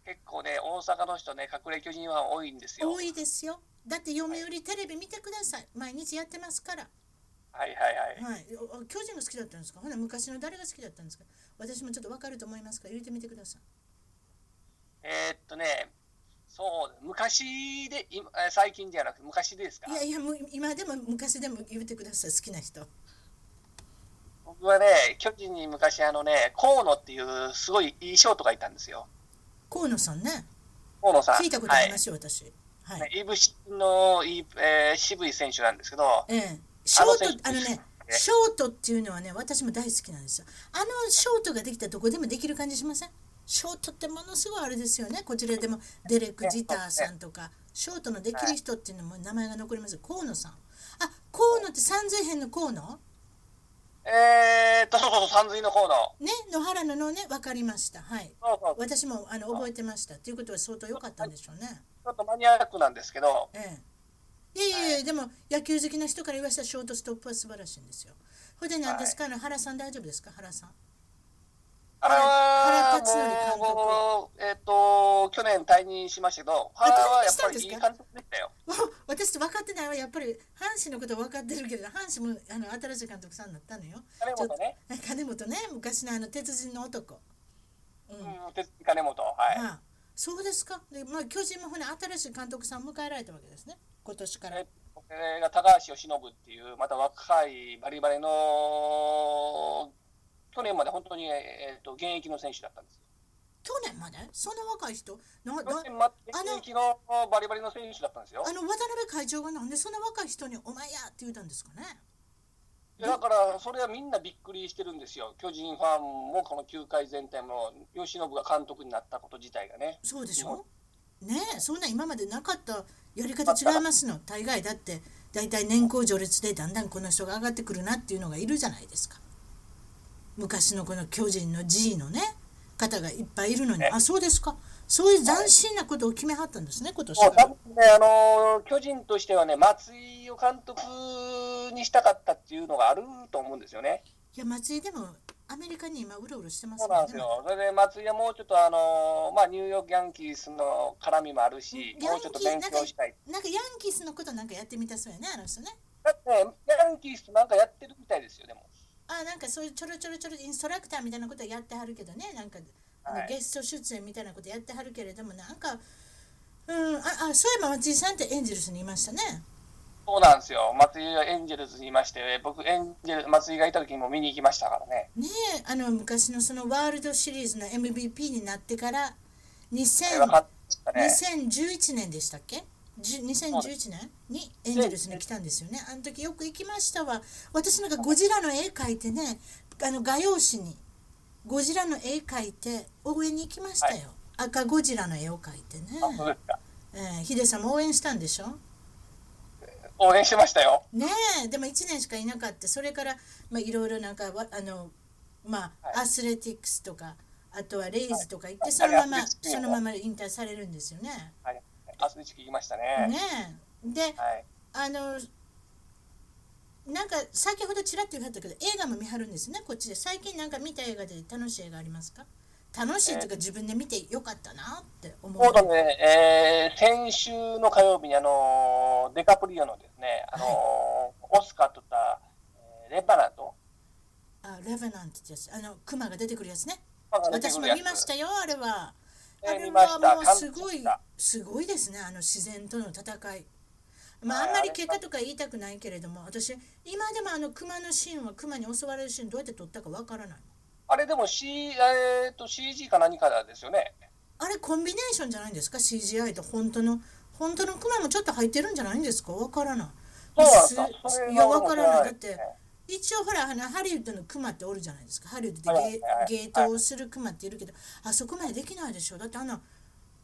Speaker 2: 結構ね、大阪の人ね、隠れ巨人は多いんですよ。
Speaker 1: 多いですよだって読売テレビ見てください毎日やってますから
Speaker 2: はいはいはい。
Speaker 1: はい、お巨人が好きだったんですかほな昔の誰が好きだったんですか私もちょっとわかると思いますから言ってみてください
Speaker 2: えーっとね、そう、昔で、今え最近じゃなくて、昔ですか
Speaker 1: いやいやもう今でも昔でも言ってください好きな人
Speaker 2: 僕はね、巨人に昔あのね、河野っていうすごいいいショートがいたんですよ。
Speaker 1: 河野さんね
Speaker 2: 河野さん。
Speaker 1: 聞いたことありますよ、私はい、
Speaker 2: はい。いぶしのいい、えー渋い選手なんですけど、
Speaker 1: ええショートあ
Speaker 2: あ
Speaker 1: の
Speaker 2: の
Speaker 1: ね
Speaker 2: 選手
Speaker 1: ショートっていうのはね私も大好きなんですよあのショートができたらどこでもできる感じしませんショートってものすごいあれですよねこちらでもデレック・ジターさんとかショートのできる人っていうのも名前が残ります河野さんあ河野って三千編の河野
Speaker 2: えーっと、そうそう、三水の河野。
Speaker 1: ね野原ののね分かりましたはい
Speaker 2: そうそう、ち
Speaker 1: 私もあの覚えてましたということは相当良かったんでしょうね
Speaker 2: ょっとマニアックなんですけど、
Speaker 1: ええ、いやいやいやでも野球好きな人から言わせたらショートストップは素晴らしいんですよ。ほいで何ですか、あの原さん大丈夫ですか原さん。
Speaker 2: あれ
Speaker 1: 原
Speaker 2: は
Speaker 1: 辰徳監督
Speaker 2: もう、えーっと、去年退任しましたけど、原はやっぱりい
Speaker 1: 退任し
Speaker 2: い
Speaker 1: たん
Speaker 2: 監督でしたよ。
Speaker 1: わ 私と分かってないわやっぱり阪神のことは分かってるけれど阪神もあの新しい監督さんになったのよ。
Speaker 2: 金本ね。
Speaker 1: ちょっと金本ね昔のあの鉄人の男。うん。は
Speaker 2: うん、鉄金本、はい。
Speaker 1: あ、そうですか。でまあ巨人もほね新しい監督さん迎えられたわけですね今年から。
Speaker 2: えこれが高橋由伸っていう、また若いバリバリの、去年まで本当に、えー、と現役の選手だったんですよ。
Speaker 1: 去年までそんな若い人なな
Speaker 2: 去年まで
Speaker 1: あの
Speaker 2: 現役のバリバリの選手だったんですよ
Speaker 1: あ。の渡辺会長がなんでそんな若い人に「お前や!」って言ったんですかね。
Speaker 2: でだから、それはみんなびっくりしてるんですよ。巨人ファンも、この球界全体も、由伸が監督になったこと自体がね。
Speaker 1: そうでしょねえそんな今までなかったやり方違います の大概だって大体年功序列でだんだんこの人が上がってくるなっていうのがいるじゃないですか昔のこの巨人の G のね方がいっぱいいるのに
Speaker 2: ね
Speaker 1: あそうですかそういう斬新なことを決めはったんですね今年
Speaker 2: もう多
Speaker 1: は
Speaker 2: 分ね、あの巨人としてはね、松井を監督にしたかったっていうのがあると思うんですよね。
Speaker 1: いや松井でもアメリカに今うろうろしてます
Speaker 2: そう
Speaker 1: も
Speaker 2: なん
Speaker 1: ん
Speaker 2: です
Speaker 1: ね
Speaker 2: よ。それで松井はもうちょっとあのまあニューヨークヤンキースの絡みもあるし、
Speaker 1: ヤ
Speaker 2: も
Speaker 1: ン
Speaker 2: うちょっと
Speaker 1: キー
Speaker 2: 勉
Speaker 1: なんか
Speaker 2: 強したい。
Speaker 1: なんかヤンキースのことなんかやってみたそうやねあの人ね
Speaker 2: だってヤンキースなんかやってるみたいですよ。でも
Speaker 1: あなんかそういうちょろちょろちょろインストラクターみたいなことはやってはるけどねなんか、あ
Speaker 2: は
Speaker 1: の
Speaker 2: い
Speaker 1: ゲスト出演みたいなことやってはるけれどもなんかうんああそういえば松井さんってエンジェルスにいましたね
Speaker 2: そうなんですよ。松井はエンジェルスにいまして、僕エンジェル松井がいた時にも見に行きましたからね。
Speaker 1: ねえあの昔のそのワールドシリーズの MVP になってから
Speaker 2: え
Speaker 1: 2000
Speaker 2: 分かったね。
Speaker 1: 2011年でしたっけじゅ2011年にエンジェルスに来たんですよねあの時よく行きましたわ私なんかゴジラの絵描いてねあの画用紙にゴジラの絵描いて応援に行きましたよ、赤ゴジラの絵を描いて
Speaker 2: あそう
Speaker 1: ね、
Speaker 2: ですか。
Speaker 1: えー、ヒデさんも応援したんでしょ
Speaker 2: 応援してましたよ。
Speaker 1: ねえでも1年しかいなかったそれからまあいろいろなんかわあのまあ、
Speaker 2: はい
Speaker 1: アスレティックスとかあとはレイズとか行って、
Speaker 2: はい
Speaker 1: そのまま
Speaker 2: あれアスレチッ
Speaker 1: そ
Speaker 2: ク
Speaker 1: のまま引退されるんですよね。
Speaker 2: はい。アスレチック行きましたね。
Speaker 1: ねえで、
Speaker 2: はい。
Speaker 1: あのなんか先ほどちらっと言われたけど映画も見はるんですねこっちで最近なんか見た映画で楽しい映画ありますか楽しいというか自分で見てよかったなって思う
Speaker 2: そうだね、えー先週の火曜日にあのデカプリオのですね、あのオスカーとった、えーレバナント。
Speaker 1: あレベナントってやつあのクマが出てくるやつね私
Speaker 2: 私
Speaker 1: も見ましたよあれは
Speaker 2: えー
Speaker 1: あれ
Speaker 2: 見ま
Speaker 1: は
Speaker 2: した
Speaker 1: もうすごい
Speaker 2: 感動しました
Speaker 1: すごいですねあの自然との戦いまああ
Speaker 2: はい
Speaker 1: んまり
Speaker 2: あれ
Speaker 1: 結果とか言いたくないけれども私今でもあのクマのシーンはクマに襲われるシーンどうやって撮ったかわからない
Speaker 2: あれでも、C えー、と CG か何かですよね。
Speaker 1: あれコンビネーションじゃないんですか CGI と本当の本当のクマもちょっと入ってるんじゃないんですかわからない
Speaker 2: そうなんですか。
Speaker 1: す
Speaker 2: それ
Speaker 1: いや
Speaker 2: は
Speaker 1: わ
Speaker 2: もう
Speaker 1: からないだっ
Speaker 2: 知
Speaker 1: て
Speaker 2: らない
Speaker 1: 一応ほらあのハリウッドのクマっておるじゃないですかハリウッド
Speaker 2: はいは
Speaker 1: で
Speaker 2: い
Speaker 1: ゲ
Speaker 2: はい
Speaker 1: ーゲートをするクマっているけどあそこまでできないでしょだってあんな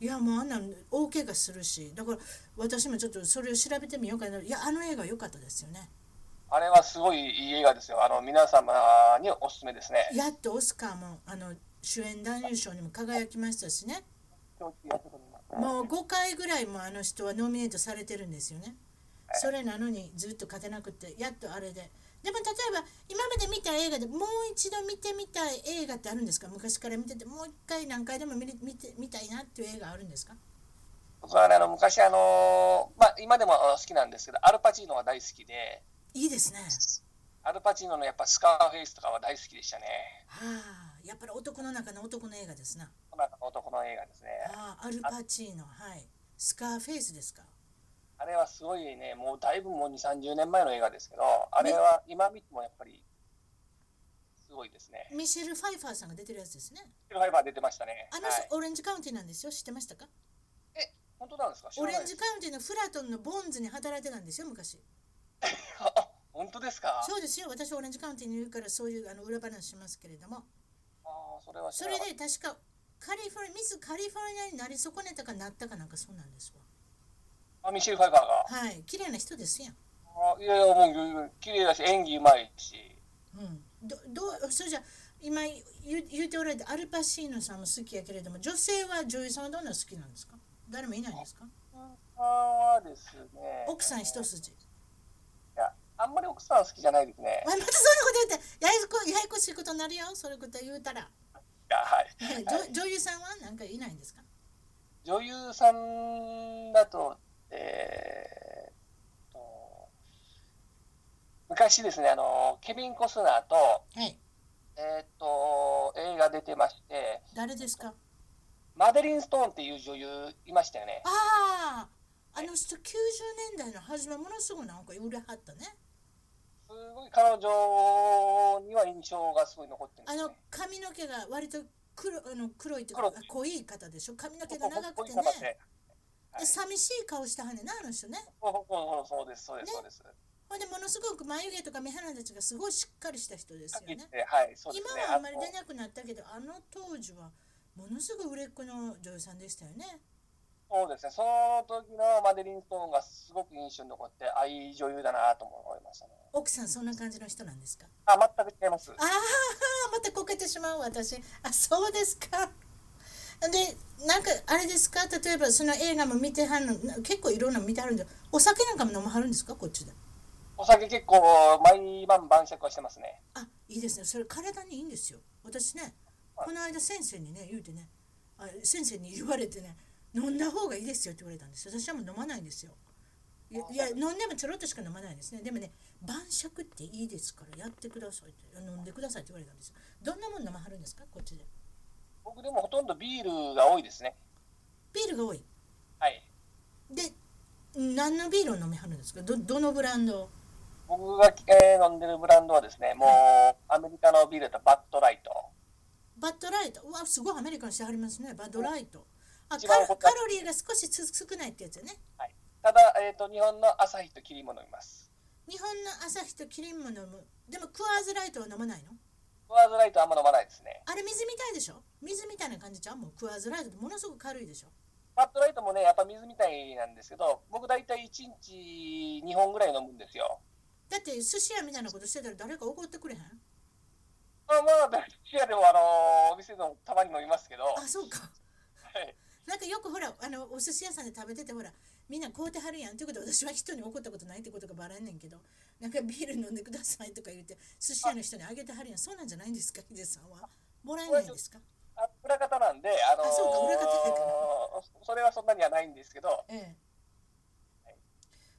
Speaker 1: いやもうあんなの大怪我するしだから私もちょっとそれを調べてみようかないやあの映画良かったですよね
Speaker 2: あれはすごいいい映画ですよ。あの皆様におすすめですね。
Speaker 1: やっとオスカーもあの主演男優賞にも輝きましたしねもう5回ぐらいもあの人はノミネートされてるんですよね。それなのにずっと勝てなくてやっとあれででも例えば今まで見た映画でもう一度見てみたい映画ってあるんですか昔から見ててもう一回何回でも見れ見てみたいなっていう映画あるんですか
Speaker 2: 僕はね、あの昔、あのまあ、今でもあの好きなんですけど、アルパチーノが大好きで、
Speaker 1: いいですね
Speaker 2: アルパチーノのやっぱスカーフェイスとかは大好きでしたね。
Speaker 1: はあやっぱり男の中の男の映画ですな
Speaker 2: この中の男の映画ですね。
Speaker 1: ああアルパチーノはいスカーフェイスですか
Speaker 2: あれはすごいね、もうだいぶもう2、30年前の映画ですけど、あれは今見てもやっぱりすごいですね。
Speaker 1: ミシェル・ファイファーさんが出てるやつですね
Speaker 2: シルファイバー出てましたね。
Speaker 1: あの
Speaker 2: は
Speaker 1: 人、
Speaker 2: い、
Speaker 1: オレンジカウンティなんですよ知ってましたか
Speaker 2: 本当なんですか知
Speaker 1: オ
Speaker 2: らな
Speaker 1: レン
Speaker 2: い
Speaker 1: ジ
Speaker 2: です。
Speaker 1: カウンティのフラトンのボンズに働いてたんですよ昔
Speaker 2: あ本当ですか
Speaker 1: そうですよ私オレンジカウンティにいるからそういうあの裏話しますけれども
Speaker 2: あーそれは知
Speaker 1: そ
Speaker 2: ら
Speaker 1: れ
Speaker 2: なかった
Speaker 1: で確かカリフォルミスカリフォルニアになり損ねたかなったかなんかそうなんですわ
Speaker 2: あミシェル・ファイバーが。
Speaker 1: はい綺麗な人ですやん
Speaker 2: あいやいや、もう綺麗だし、演技うまいし。
Speaker 1: うんどどうそれじゃ今言う言うておられたアルパシーノさんも好きやけれども女性は女優さんはどんなの好きなんですか誰もいないんですか
Speaker 2: あはですね。
Speaker 1: 奥さん一
Speaker 2: い
Speaker 1: 筋
Speaker 2: や、あんまり奥さん好きじゃないですね
Speaker 1: わ。またそんなこと言ったらややこややこしいことになるよそういうこと言うたら、
Speaker 2: いやはい。
Speaker 1: ね女女優さんはなんかいないんですか
Speaker 2: 女優さんだと、えー、と昔ですね、あの、ケビン・コスナーと、
Speaker 1: はい
Speaker 2: えー、と、映画出てまして、
Speaker 1: 誰ですか
Speaker 2: マデリン・ストーンっていう女優いましたよね。
Speaker 1: あああの人90年代の初めものすごいなんか売れはったね
Speaker 2: すごい彼女には印象がすごい残ってるんで
Speaker 1: あ
Speaker 2: す、ね。
Speaker 1: の髪の毛が割と黒あの黒いという
Speaker 2: 黒
Speaker 1: か
Speaker 2: く
Speaker 1: 濃い方でしょ髪の毛が
Speaker 2: ほほ
Speaker 1: 長
Speaker 2: ほこ
Speaker 1: く
Speaker 2: り
Speaker 1: て
Speaker 2: か
Speaker 1: ね
Speaker 2: かってはい
Speaker 1: で寂しい顔したはんねんなあの人ね
Speaker 2: ほほほほそうです、そうで
Speaker 1: ね
Speaker 2: す、そうです。
Speaker 1: ほんでものすごく眉毛とか目鼻立ちがすごいしっかりした人ですよね
Speaker 2: はい、そうですね。
Speaker 1: 今はあんまり
Speaker 2: の
Speaker 1: 出なくなったけどあの当時はものすごい売れっ子の女優さんでしたよね
Speaker 2: そうですね、その時のマデリン・ストーンがすごく印象に残って、あ、いい女優だなと思いましたね。
Speaker 1: 奥さんそんな感じの人なんですか
Speaker 2: あ、全く違います。
Speaker 1: ああまたこけてしまう私あそうですかでなんかあれですか例えばその映画も見てはるの結構いろんなの見てはるんでお酒なんかも飲まはるんですかこっちで
Speaker 2: お酒結構、毎晩晩酌はしてますね。
Speaker 1: あいいですねそれ体にいいんですよ私ねこの間先生にね言うてねあ先生に言われてね飲んだ方がいいですよって言われたんですよ私はもう飲まないんですよいやいや飲んでもちょろっとしか飲まないですねでもね晩酌っていいですからやってくださいって飲んでくださいって言われたんですよどんなもん飲まはるんですかこっちで
Speaker 2: 僕でもほとんどビールが多いですね。
Speaker 1: ビールが多い
Speaker 2: はい。
Speaker 1: で何のビールを飲みはるんですかどどのブランド
Speaker 2: 僕が、えー飲んでるブランドはですね、もう、アメリカのビールだとバッドライト。
Speaker 1: バッドライトうわすごいアメリカンしてはりますねバッドライトあ
Speaker 2: 一
Speaker 1: カ
Speaker 2: 番
Speaker 1: ロカロリーが少しつ少ないってやつよね
Speaker 2: ただ、えっ、と、日本の朝日とキリンも飲みます。
Speaker 1: 日本の朝日とキリンも飲むでもクワーズライトは飲まないの
Speaker 2: クワーズライトあんま飲まないですね。
Speaker 1: あれ水みたいでしょ水みたいな感じちゃうもうクワーズライトってものすごく軽いでしょ
Speaker 2: バッドライトもね、やっぱ水みたいなんですけど、僕大体1日2本ぐらい飲むんですよ。
Speaker 1: だって寿司屋みたいなことしてたら誰か怒ってくれへん
Speaker 2: まあまあ、シェアでも、あのお店でもたまに飲みますけど、
Speaker 1: あそうか
Speaker 2: はい
Speaker 1: なんかよくほらあのお寿司屋さんで食べててほらみんな買うてはるやんということで私は人に怒ったことないってことがバラんねんけどなんかビール飲んでくださいとか言って寿司屋の人にあげてはるやんそうなんじゃないんですかヒデさんはもらえないんですか
Speaker 2: あ裏方なんで、あの
Speaker 1: あそうか裏方やか
Speaker 2: それはそんなにはないんですけど、
Speaker 1: ええ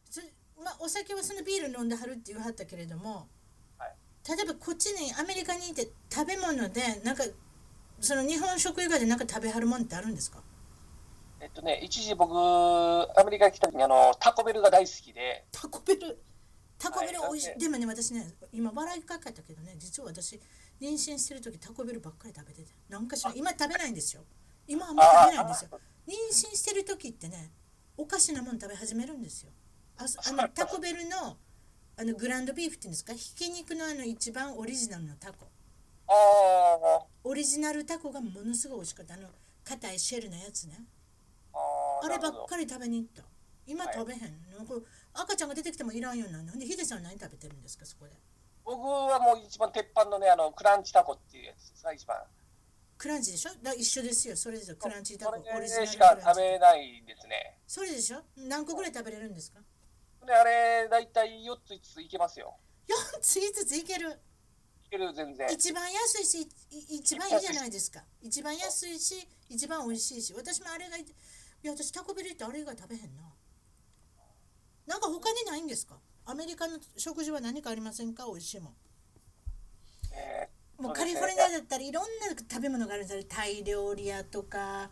Speaker 1: そまあ、お酒はそのビール飲んではるって言わはったけれども、
Speaker 2: はい
Speaker 1: 例えばこっちにアメリカにいて食べ物でなんかその日本食以外でなんか食べはるもんってあるんですか
Speaker 2: えっとね、一時僕、アメリカに来た時にあのタコベルが大好きで、
Speaker 1: タコベルタコベル
Speaker 2: はい
Speaker 1: おいしい、
Speaker 2: だって
Speaker 1: でもね私ね今笑いかけたけどね実は私妊娠してる時タコベルばっかり食べててなんかしら今食べないんですよ今あんま食べないんですよ妊娠してる時ってねおかしなもん食べ始めるんですよあそあのタコベルのあのグランドビーフっていうんですかひき肉のあの一番オリジナルのタコ
Speaker 2: あー
Speaker 1: オリジナルタコがものすごい美味しかったあの硬いシェルのやつね
Speaker 2: あー
Speaker 1: あれば
Speaker 2: なる
Speaker 1: っ
Speaker 2: ほど
Speaker 1: かり食べに行った今
Speaker 2: はい
Speaker 1: 食べへんの、これ赤ちゃんが出てきてもいらんようになるのほんでヒデさんは何食べてるんですかそこで
Speaker 2: 僕はもう一番鉄板のね、あのクランチタコっていうやつが一番、
Speaker 1: クランチでしょだ一緒ですよそれですよクランチタコ
Speaker 2: こ
Speaker 1: オリ
Speaker 2: れ
Speaker 1: ジナル
Speaker 2: し
Speaker 1: ク
Speaker 2: か
Speaker 1: ラン
Speaker 2: 食
Speaker 1: チ
Speaker 2: べないですね。
Speaker 1: それでしょ何個ぐらい食べれるんですか
Speaker 2: であれ、大体4つ、5ついけますよ。
Speaker 1: 4つ5ついける
Speaker 2: いける全然。
Speaker 1: 一番安いしいい一番いいじゃないですか一番安いし一番美味しいし私もあれがいいや私タコビリってあれ以外食べへんななんか他にないんですかアメリカの食事は何かありませんか美味しいもん
Speaker 2: え
Speaker 1: もうカリフォルニアだったらいろんな食べ物があるんですよタイ料理屋とか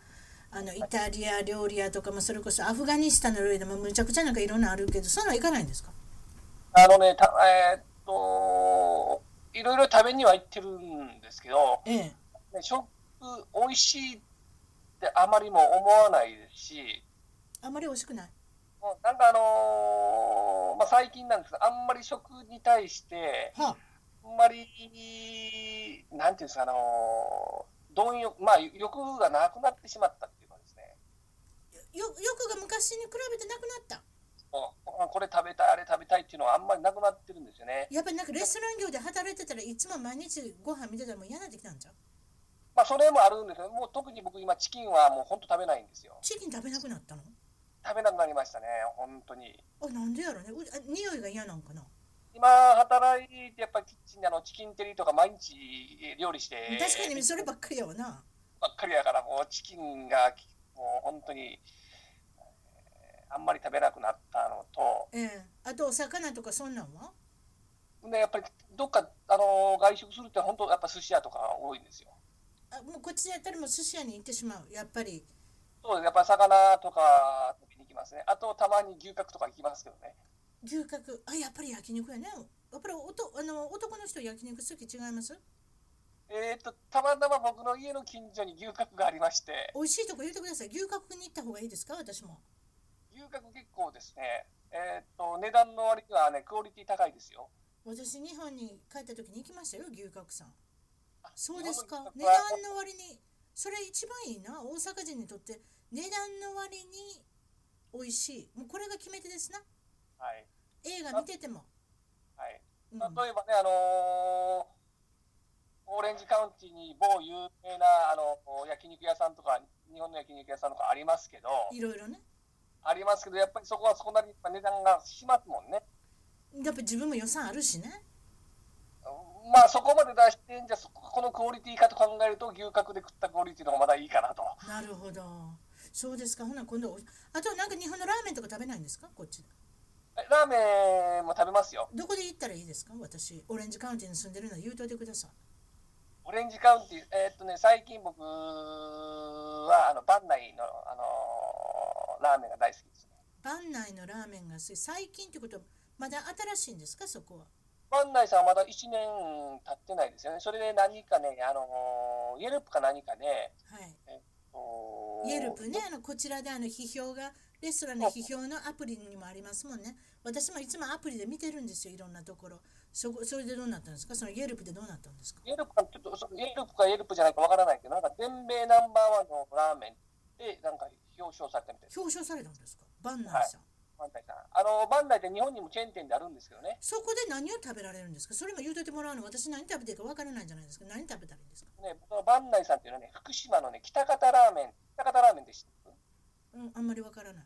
Speaker 1: あのイタリア料理屋とか、まあ、それこそアフガニスタンの料理でもむちゃくちゃなんかいろんなあるけどそういうのは行かないんですか
Speaker 2: ーあのね、たえーっと、いろいろ食べには行ってるんですけど、
Speaker 1: ええ
Speaker 2: ね、食、美味しいってあまりも思わないですし、
Speaker 1: あんまり美味しくない
Speaker 2: もうなんかあのーまあ、最近なんですけど、あんまり食に対して、
Speaker 1: は
Speaker 2: あんまり、なんていうんですか、あのー貪欲、まあ、欲がなくなってしまったっていうかですね、
Speaker 1: あよよくが昔に比べてなくなった
Speaker 2: もうこれ食べたい、あれ食べたいっていうのはあんまりなくなってるんですよね。
Speaker 1: やっぱりなんかレストラン業で働いてたらいつも毎日ご飯見てたらもう嫌になってきたんじゃう
Speaker 2: まあ、それもあるんですけど、もう特に僕今チキンはもう本当食べないんですよ。
Speaker 1: チキン食べなくなったの
Speaker 2: 食べなくなりましたね、本当に。
Speaker 1: あなんでやろねうあ匂いが嫌なんかな
Speaker 2: 今働いてやっぱキッチンであのチキンテリーとか毎日料理して
Speaker 1: 確かにそればっかりやわな
Speaker 2: ばっかりやからもうチキンがもう本当にえーあんまり食べなくなったのと
Speaker 1: ええあとお魚とかそんなんは
Speaker 2: でやっぱりどっかあの外食するって本当やっぱ寿司屋とかが多いんですよ
Speaker 1: あもうこっちでやったらもう寿司屋に行ってしまうやっぱり
Speaker 2: そうですやっぱり魚とか食べに行きますねあとたまに牛角とか行きますけどね
Speaker 1: 牛角あやっぱり焼肉やねやっぱりおとあの男の人焼肉好き違います
Speaker 2: えー、っとたまたま僕の家の近所に牛角がありまして
Speaker 1: 美味しいとこ言ってください牛角に行った方がいいですか私も
Speaker 2: 牛角結構ですねえー、っと値段の割にはねクオリティ高いですよ
Speaker 1: 私日本に帰った時に行きましたよ牛角さん
Speaker 2: あ
Speaker 1: そうですか
Speaker 2: 日本
Speaker 1: 値
Speaker 2: の牛角
Speaker 1: 段
Speaker 2: は
Speaker 1: の割にそれ一番いいな大阪人にとって値段の割に美味しいもうこれが決め手ですな
Speaker 2: はい
Speaker 1: 映画見てても、
Speaker 2: はい
Speaker 1: うん、
Speaker 2: 例えばね、あのーオレンジカウンティに某有名なあの焼肉屋さんとか、日本の焼肉屋さんとかありますけど、
Speaker 1: いろいろね
Speaker 2: ありますけど、やっぱりそこはそこなりに値段がしますもんね。
Speaker 1: やっぱ自分も予算あるしね
Speaker 2: まあそこまで出してんじゃ、そこのクオリティかと考えると、牛角で食ったクオリティの方がまだいいかなと。
Speaker 1: なるほどそうですかほな今度おあとなんか日本のラーメンとか食べないんですかこっちで
Speaker 2: ラーメンも食べますよ。
Speaker 1: どこで行ったらいいですか私オレンジカウンティに住んでるのは言うといてください
Speaker 2: オレンジカウンティ、えーっとね、最近僕は、あの、番内の、あのーラーメンが大好きですね。
Speaker 1: 番内のラーメンが好き最近ってことはまだ新しいんですかそこは
Speaker 2: 万内さんはまだ1年経ってないですよね。それで何かね、あのー、イエルプか何かね、
Speaker 1: はい
Speaker 2: お
Speaker 1: イエルプね。あのこちらであの批評がレストランの批評のアプリにもありますもんね私もいつもアプリで見てるんですよいろんなところそこそれでどうなったんですかそのイエルプでどうなったんですか
Speaker 2: イエルプか、ちょっと、そイエルプかイエルプじゃないかわからないけど、なんか全米ナンバーワンのラーメンで、なんか表彰されたみたいです。
Speaker 1: 表彰されたんですかバンナーさん、
Speaker 2: 万内さん。あのー、万内って日本にもチェーン店であるんですけどね。
Speaker 1: そこで何を食べられるんですかそれも言うといてもらうの私何食べていいか分からないじゃないですか何食べたらいいんですか、
Speaker 2: ね、僕の万内さんっていうのはね、福島のね、北方ラーメン、北方ラーメンでした。
Speaker 1: うん、あんまり分からない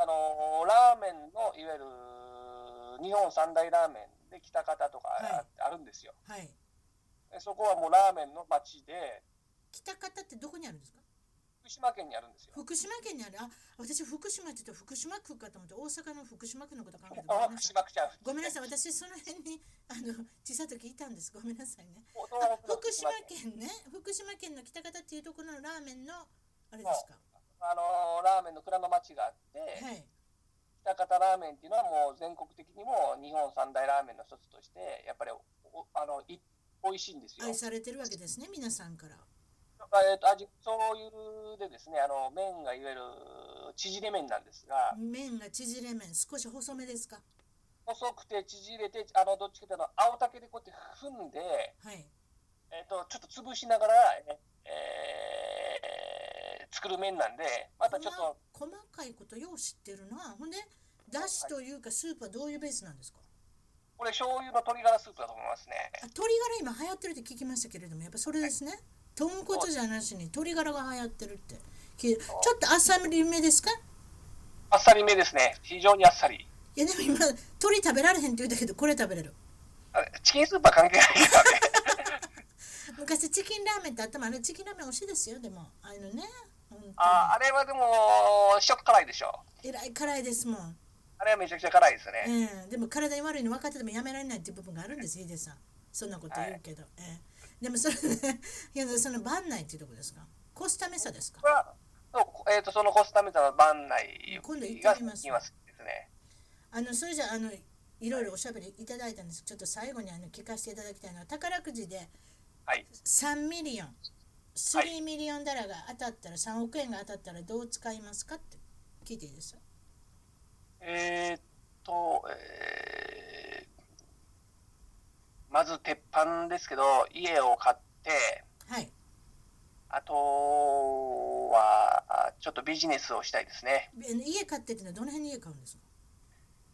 Speaker 2: あのーラーメンの、いわゆる、日本三大ラーメンで北方とかああるんですよ。
Speaker 1: はい
Speaker 2: えそこはもうラーメンの町で、
Speaker 1: 北方ってどこにあるんですか
Speaker 2: 福島県にあるんですよ。
Speaker 1: 福島県にあるあ私福島って言うと福島区かと思って大阪の福島区のこと考えてごめ
Speaker 2: あ
Speaker 1: んな
Speaker 2: 福
Speaker 1: さい
Speaker 2: 島区ちゃう。
Speaker 1: ごめんな さい、私その辺にあの小さい時いたんです。ごめんなさいね。
Speaker 2: お
Speaker 1: あ
Speaker 2: 東北の
Speaker 1: 福島県ね、福島県の北方っていうところのラーメンのあれですか。
Speaker 2: あのーラーメンの蔵の町があって、
Speaker 1: はい。
Speaker 2: 北方ラーメンっていうのはもう全国的にも日本三大ラーメンの一つとして、やっぱりおおあのい美味しいんですよ。
Speaker 1: 愛されてるわけですね、皆さんから。
Speaker 2: えーと味醤油でですね、あの麺がいわゆる縮れ麺なんですが、
Speaker 1: 麺が縮れ麺、少し細めですか。
Speaker 2: 細くて縮れて、あのどっちかというとあの青竹でこうやって踏んで、
Speaker 1: はい。
Speaker 2: えー、とちょっと潰しながら、えー作る麺なんで、またちょっと。
Speaker 1: 細細かいことよう知ってるな。ほんで、だしというかスープはどういうベースなんですか。
Speaker 2: これ醤油の鶏ガラスープだと思いますね。
Speaker 1: あ鶏ガラ今流行ってるって聞きましたけれどもやっぱそれですね豚骨じゃなしに鶏ガラが流行ってるって聞いちょっと浅めですか
Speaker 2: あっさりめですね。非常にあっさり。
Speaker 1: いいやでも今鳥食べられへんって言うたけどこれ食べれる
Speaker 2: あれチキンスーパー関係ないから ね。
Speaker 1: 昔チキンラーメンってあったもんあれチキンラーメン美味しいですよでもああいうのね本
Speaker 2: ああれはでも、しょっ辛いでしょ。
Speaker 1: 当にえらい辛いですもん、
Speaker 2: あれはめちゃくちゃ辛いですね。
Speaker 1: ええでも体に悪いの分かっててもやめられないっていう部分があるんですヒデさんそんなこと言うけど、ええでもそれねいやその番内っていうとこですかコスタメサですか
Speaker 2: これは、そうえっ、と、そのコスタメタの番内
Speaker 1: 今度行
Speaker 2: が
Speaker 1: ってみます
Speaker 2: 今好きですね。
Speaker 1: あのそれじゃあのいろいろおしゃべりいただいたんですちょっと最後にあの聞かせていただきたいのは宝くじで
Speaker 2: はい。
Speaker 1: 3ミリオン3ミリオンダラが当たったら3億円が当たったらどう使いますかって聞いていいですよ
Speaker 2: えーっと、えーまず鉄板ですけど、家を買って、
Speaker 1: はい
Speaker 2: あとは、あちょっとビジネスをしたいですね。
Speaker 1: え家買ってっていうのはどの辺に家買うんです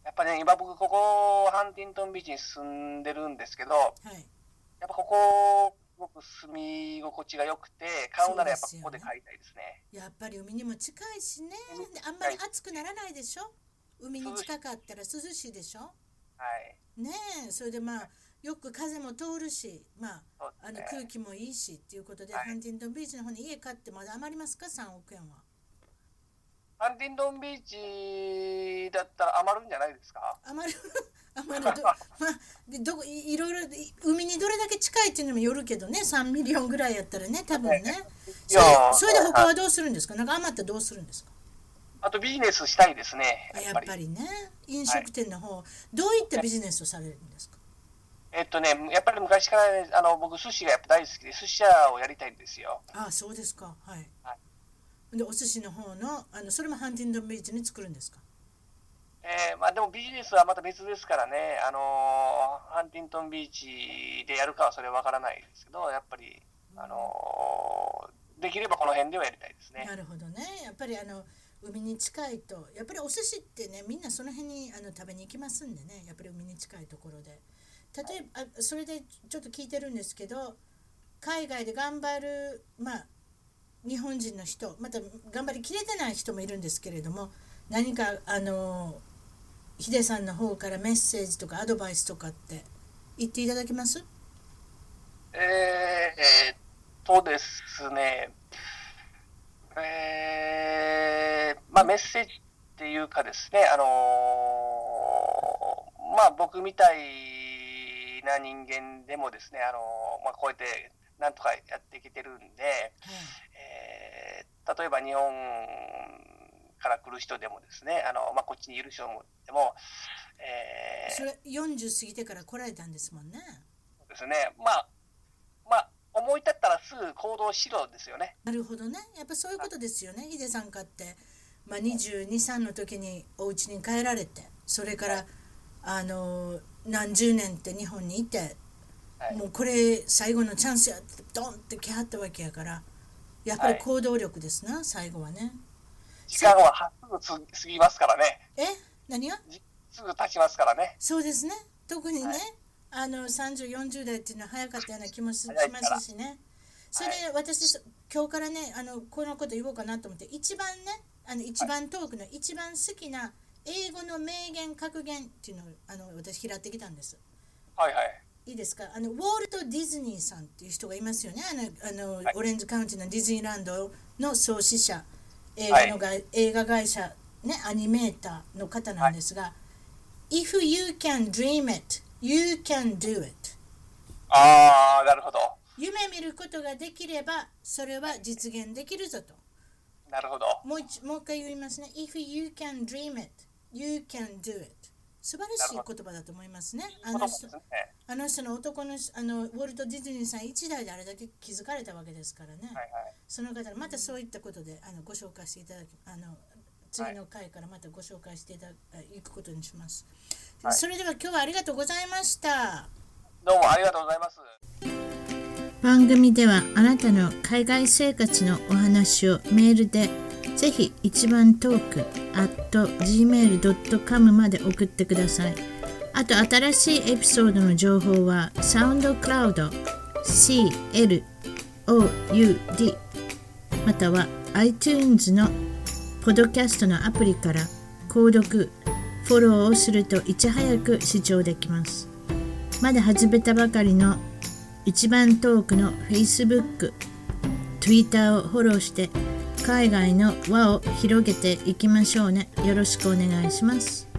Speaker 2: やっぱね、今僕、ここ、ハンティントンビーチに住んでるんですけど、やっ
Speaker 1: かはい
Speaker 2: ぱここ、すごく住み心地が良くて、買うならやっぱここで買いたいですね。
Speaker 1: やっぱり海にも近いしねであんまり暑くならないでしょ海に近かったら涼しいでしょ
Speaker 2: はい。
Speaker 1: ねえそれでまあよく風も通るしまあ
Speaker 2: そう
Speaker 1: あの
Speaker 2: です
Speaker 1: 空
Speaker 2: ね。
Speaker 1: 気もいいしっていうことで、
Speaker 2: はい
Speaker 1: ハンティントンビーチの方に家買ってまだ余りますか3億円は
Speaker 2: ハンティントンビーチだったら余るんじゃないですか
Speaker 1: 余 る余るど,、まあ、でどこいいろいろい海にどれだけ近いっていうのもよるけどね3ミリオンぐらいやったらね多分ねそれ
Speaker 2: やー
Speaker 1: それで他はどうするんですかなんか余ったらどうするんですか
Speaker 2: あとビジネスしたいですね。
Speaker 1: あ
Speaker 2: や
Speaker 1: や
Speaker 2: っ
Speaker 1: っ
Speaker 2: ぱり。
Speaker 1: ぱりね飲食店の方、どういったビジネスをされるんですか
Speaker 2: えっとね、やっぱり昔からね、あの、僕、寿司がやっぱ大好きで、寿司屋をやりたいんですよ。
Speaker 1: ああそうですかはい、
Speaker 2: は
Speaker 1: でお寿司の方のあのそれもハンティントンビーチに作るんですか
Speaker 2: えーまあでもビジネスはまた別ですからね、あのーハンティントンビーチでやるかはそれはわからないですけど、やっぱり、あのーできればこの辺ではやりたいですね。
Speaker 1: なるほどねやっぱりあの海に近いとやっぱりお寿司ってねみんなその辺にあの食べに行きますんでねやっぱり海に近いところで例えばあそれでちょっと聞いてるんですけど海外で頑張るまあ日本人の人また頑張りきれてない人もいるんですけれども何かあのヒデさんの方からメッセージとかアドバイスとかって言っていただけます
Speaker 2: えーえーっとですね、えーまあメッセージっていうかですね、あのーまあ僕みたいな人間でもですね、あのーまあこうやってなんとかやってきてるんで、
Speaker 1: はい
Speaker 2: えー例えば日本から来る人でもですね、あのまあ、こっちにいる人でも、えー
Speaker 1: それ40過ぎてから来られたんですもんね。
Speaker 2: そうですね、まあ、まあ、思い立ったらすぐ行動しろですよね。
Speaker 1: なるほどね。やっぱそういうことですよね。ヒデさんかって、まあ、22、3の時にお家に帰られて、それから、あのー何十年って日本にいて、
Speaker 2: はい
Speaker 1: もうこれ最後のチャンスやってドンって来はったわけやから、やっぱり
Speaker 2: はい
Speaker 1: 行動力ですな、最後はね。
Speaker 2: 時間はすぐつ過ぎますからね、
Speaker 1: え何が
Speaker 2: じすぐ経ちますからね。
Speaker 1: そうですね。特にね、
Speaker 2: はい
Speaker 1: あの30、40代っていうのは早かったような気もしし
Speaker 2: 早いから
Speaker 1: ますしね。それで私、そ今日からね、あのこのこと言おうかなと思って、一番ね、あの一番トークの一番好きな英語の名言、格言っていうのをあの私、拾ってきたんです。
Speaker 2: はいはい。
Speaker 1: いいですかあのウォルト・ディズニーさんっていう人がいますよねあのあの、
Speaker 2: はい
Speaker 1: オレンジカウンティのディズニーランドの創始者映
Speaker 2: は
Speaker 1: 画
Speaker 2: い
Speaker 1: のが、映画会社、ね、アニメーターの方なんですが、If you can dream it, you can do it
Speaker 2: ああ、なるほど。
Speaker 1: 夢見ることができればそれは実現できるぞと
Speaker 2: なるほど。
Speaker 1: もう一もう一回言いますね If you can dream it, you can do it 素晴らしい言葉だと思いますねあ
Speaker 2: そ
Speaker 1: の
Speaker 2: うです
Speaker 1: 人
Speaker 2: ね。
Speaker 1: あの人の男の人あのウォルト・ディズニーさん一代であれだけ気づかれたわけですからね、
Speaker 2: はいはい。
Speaker 1: その方またそういったことであのご紹介していただきあの次の回からまたご紹介していただいくことにします、
Speaker 2: はい
Speaker 1: それでは今日はありがとうございました
Speaker 2: どうもありがとうございます。
Speaker 1: 番組ではあなたの海外生活のお話をメールでぜひ一番トーク at gmail.com まで送ってくださいあと新しいエピソードの情報はサウンドクラウド CLOUD または iTunes のポッドキャストのアプリから購読フォローをするといち早く視聴できますまだ始めたばかりの一番遠くの Facebook、Twitter をフォローして海外の輪を広げていきましょうねよろしくお願いします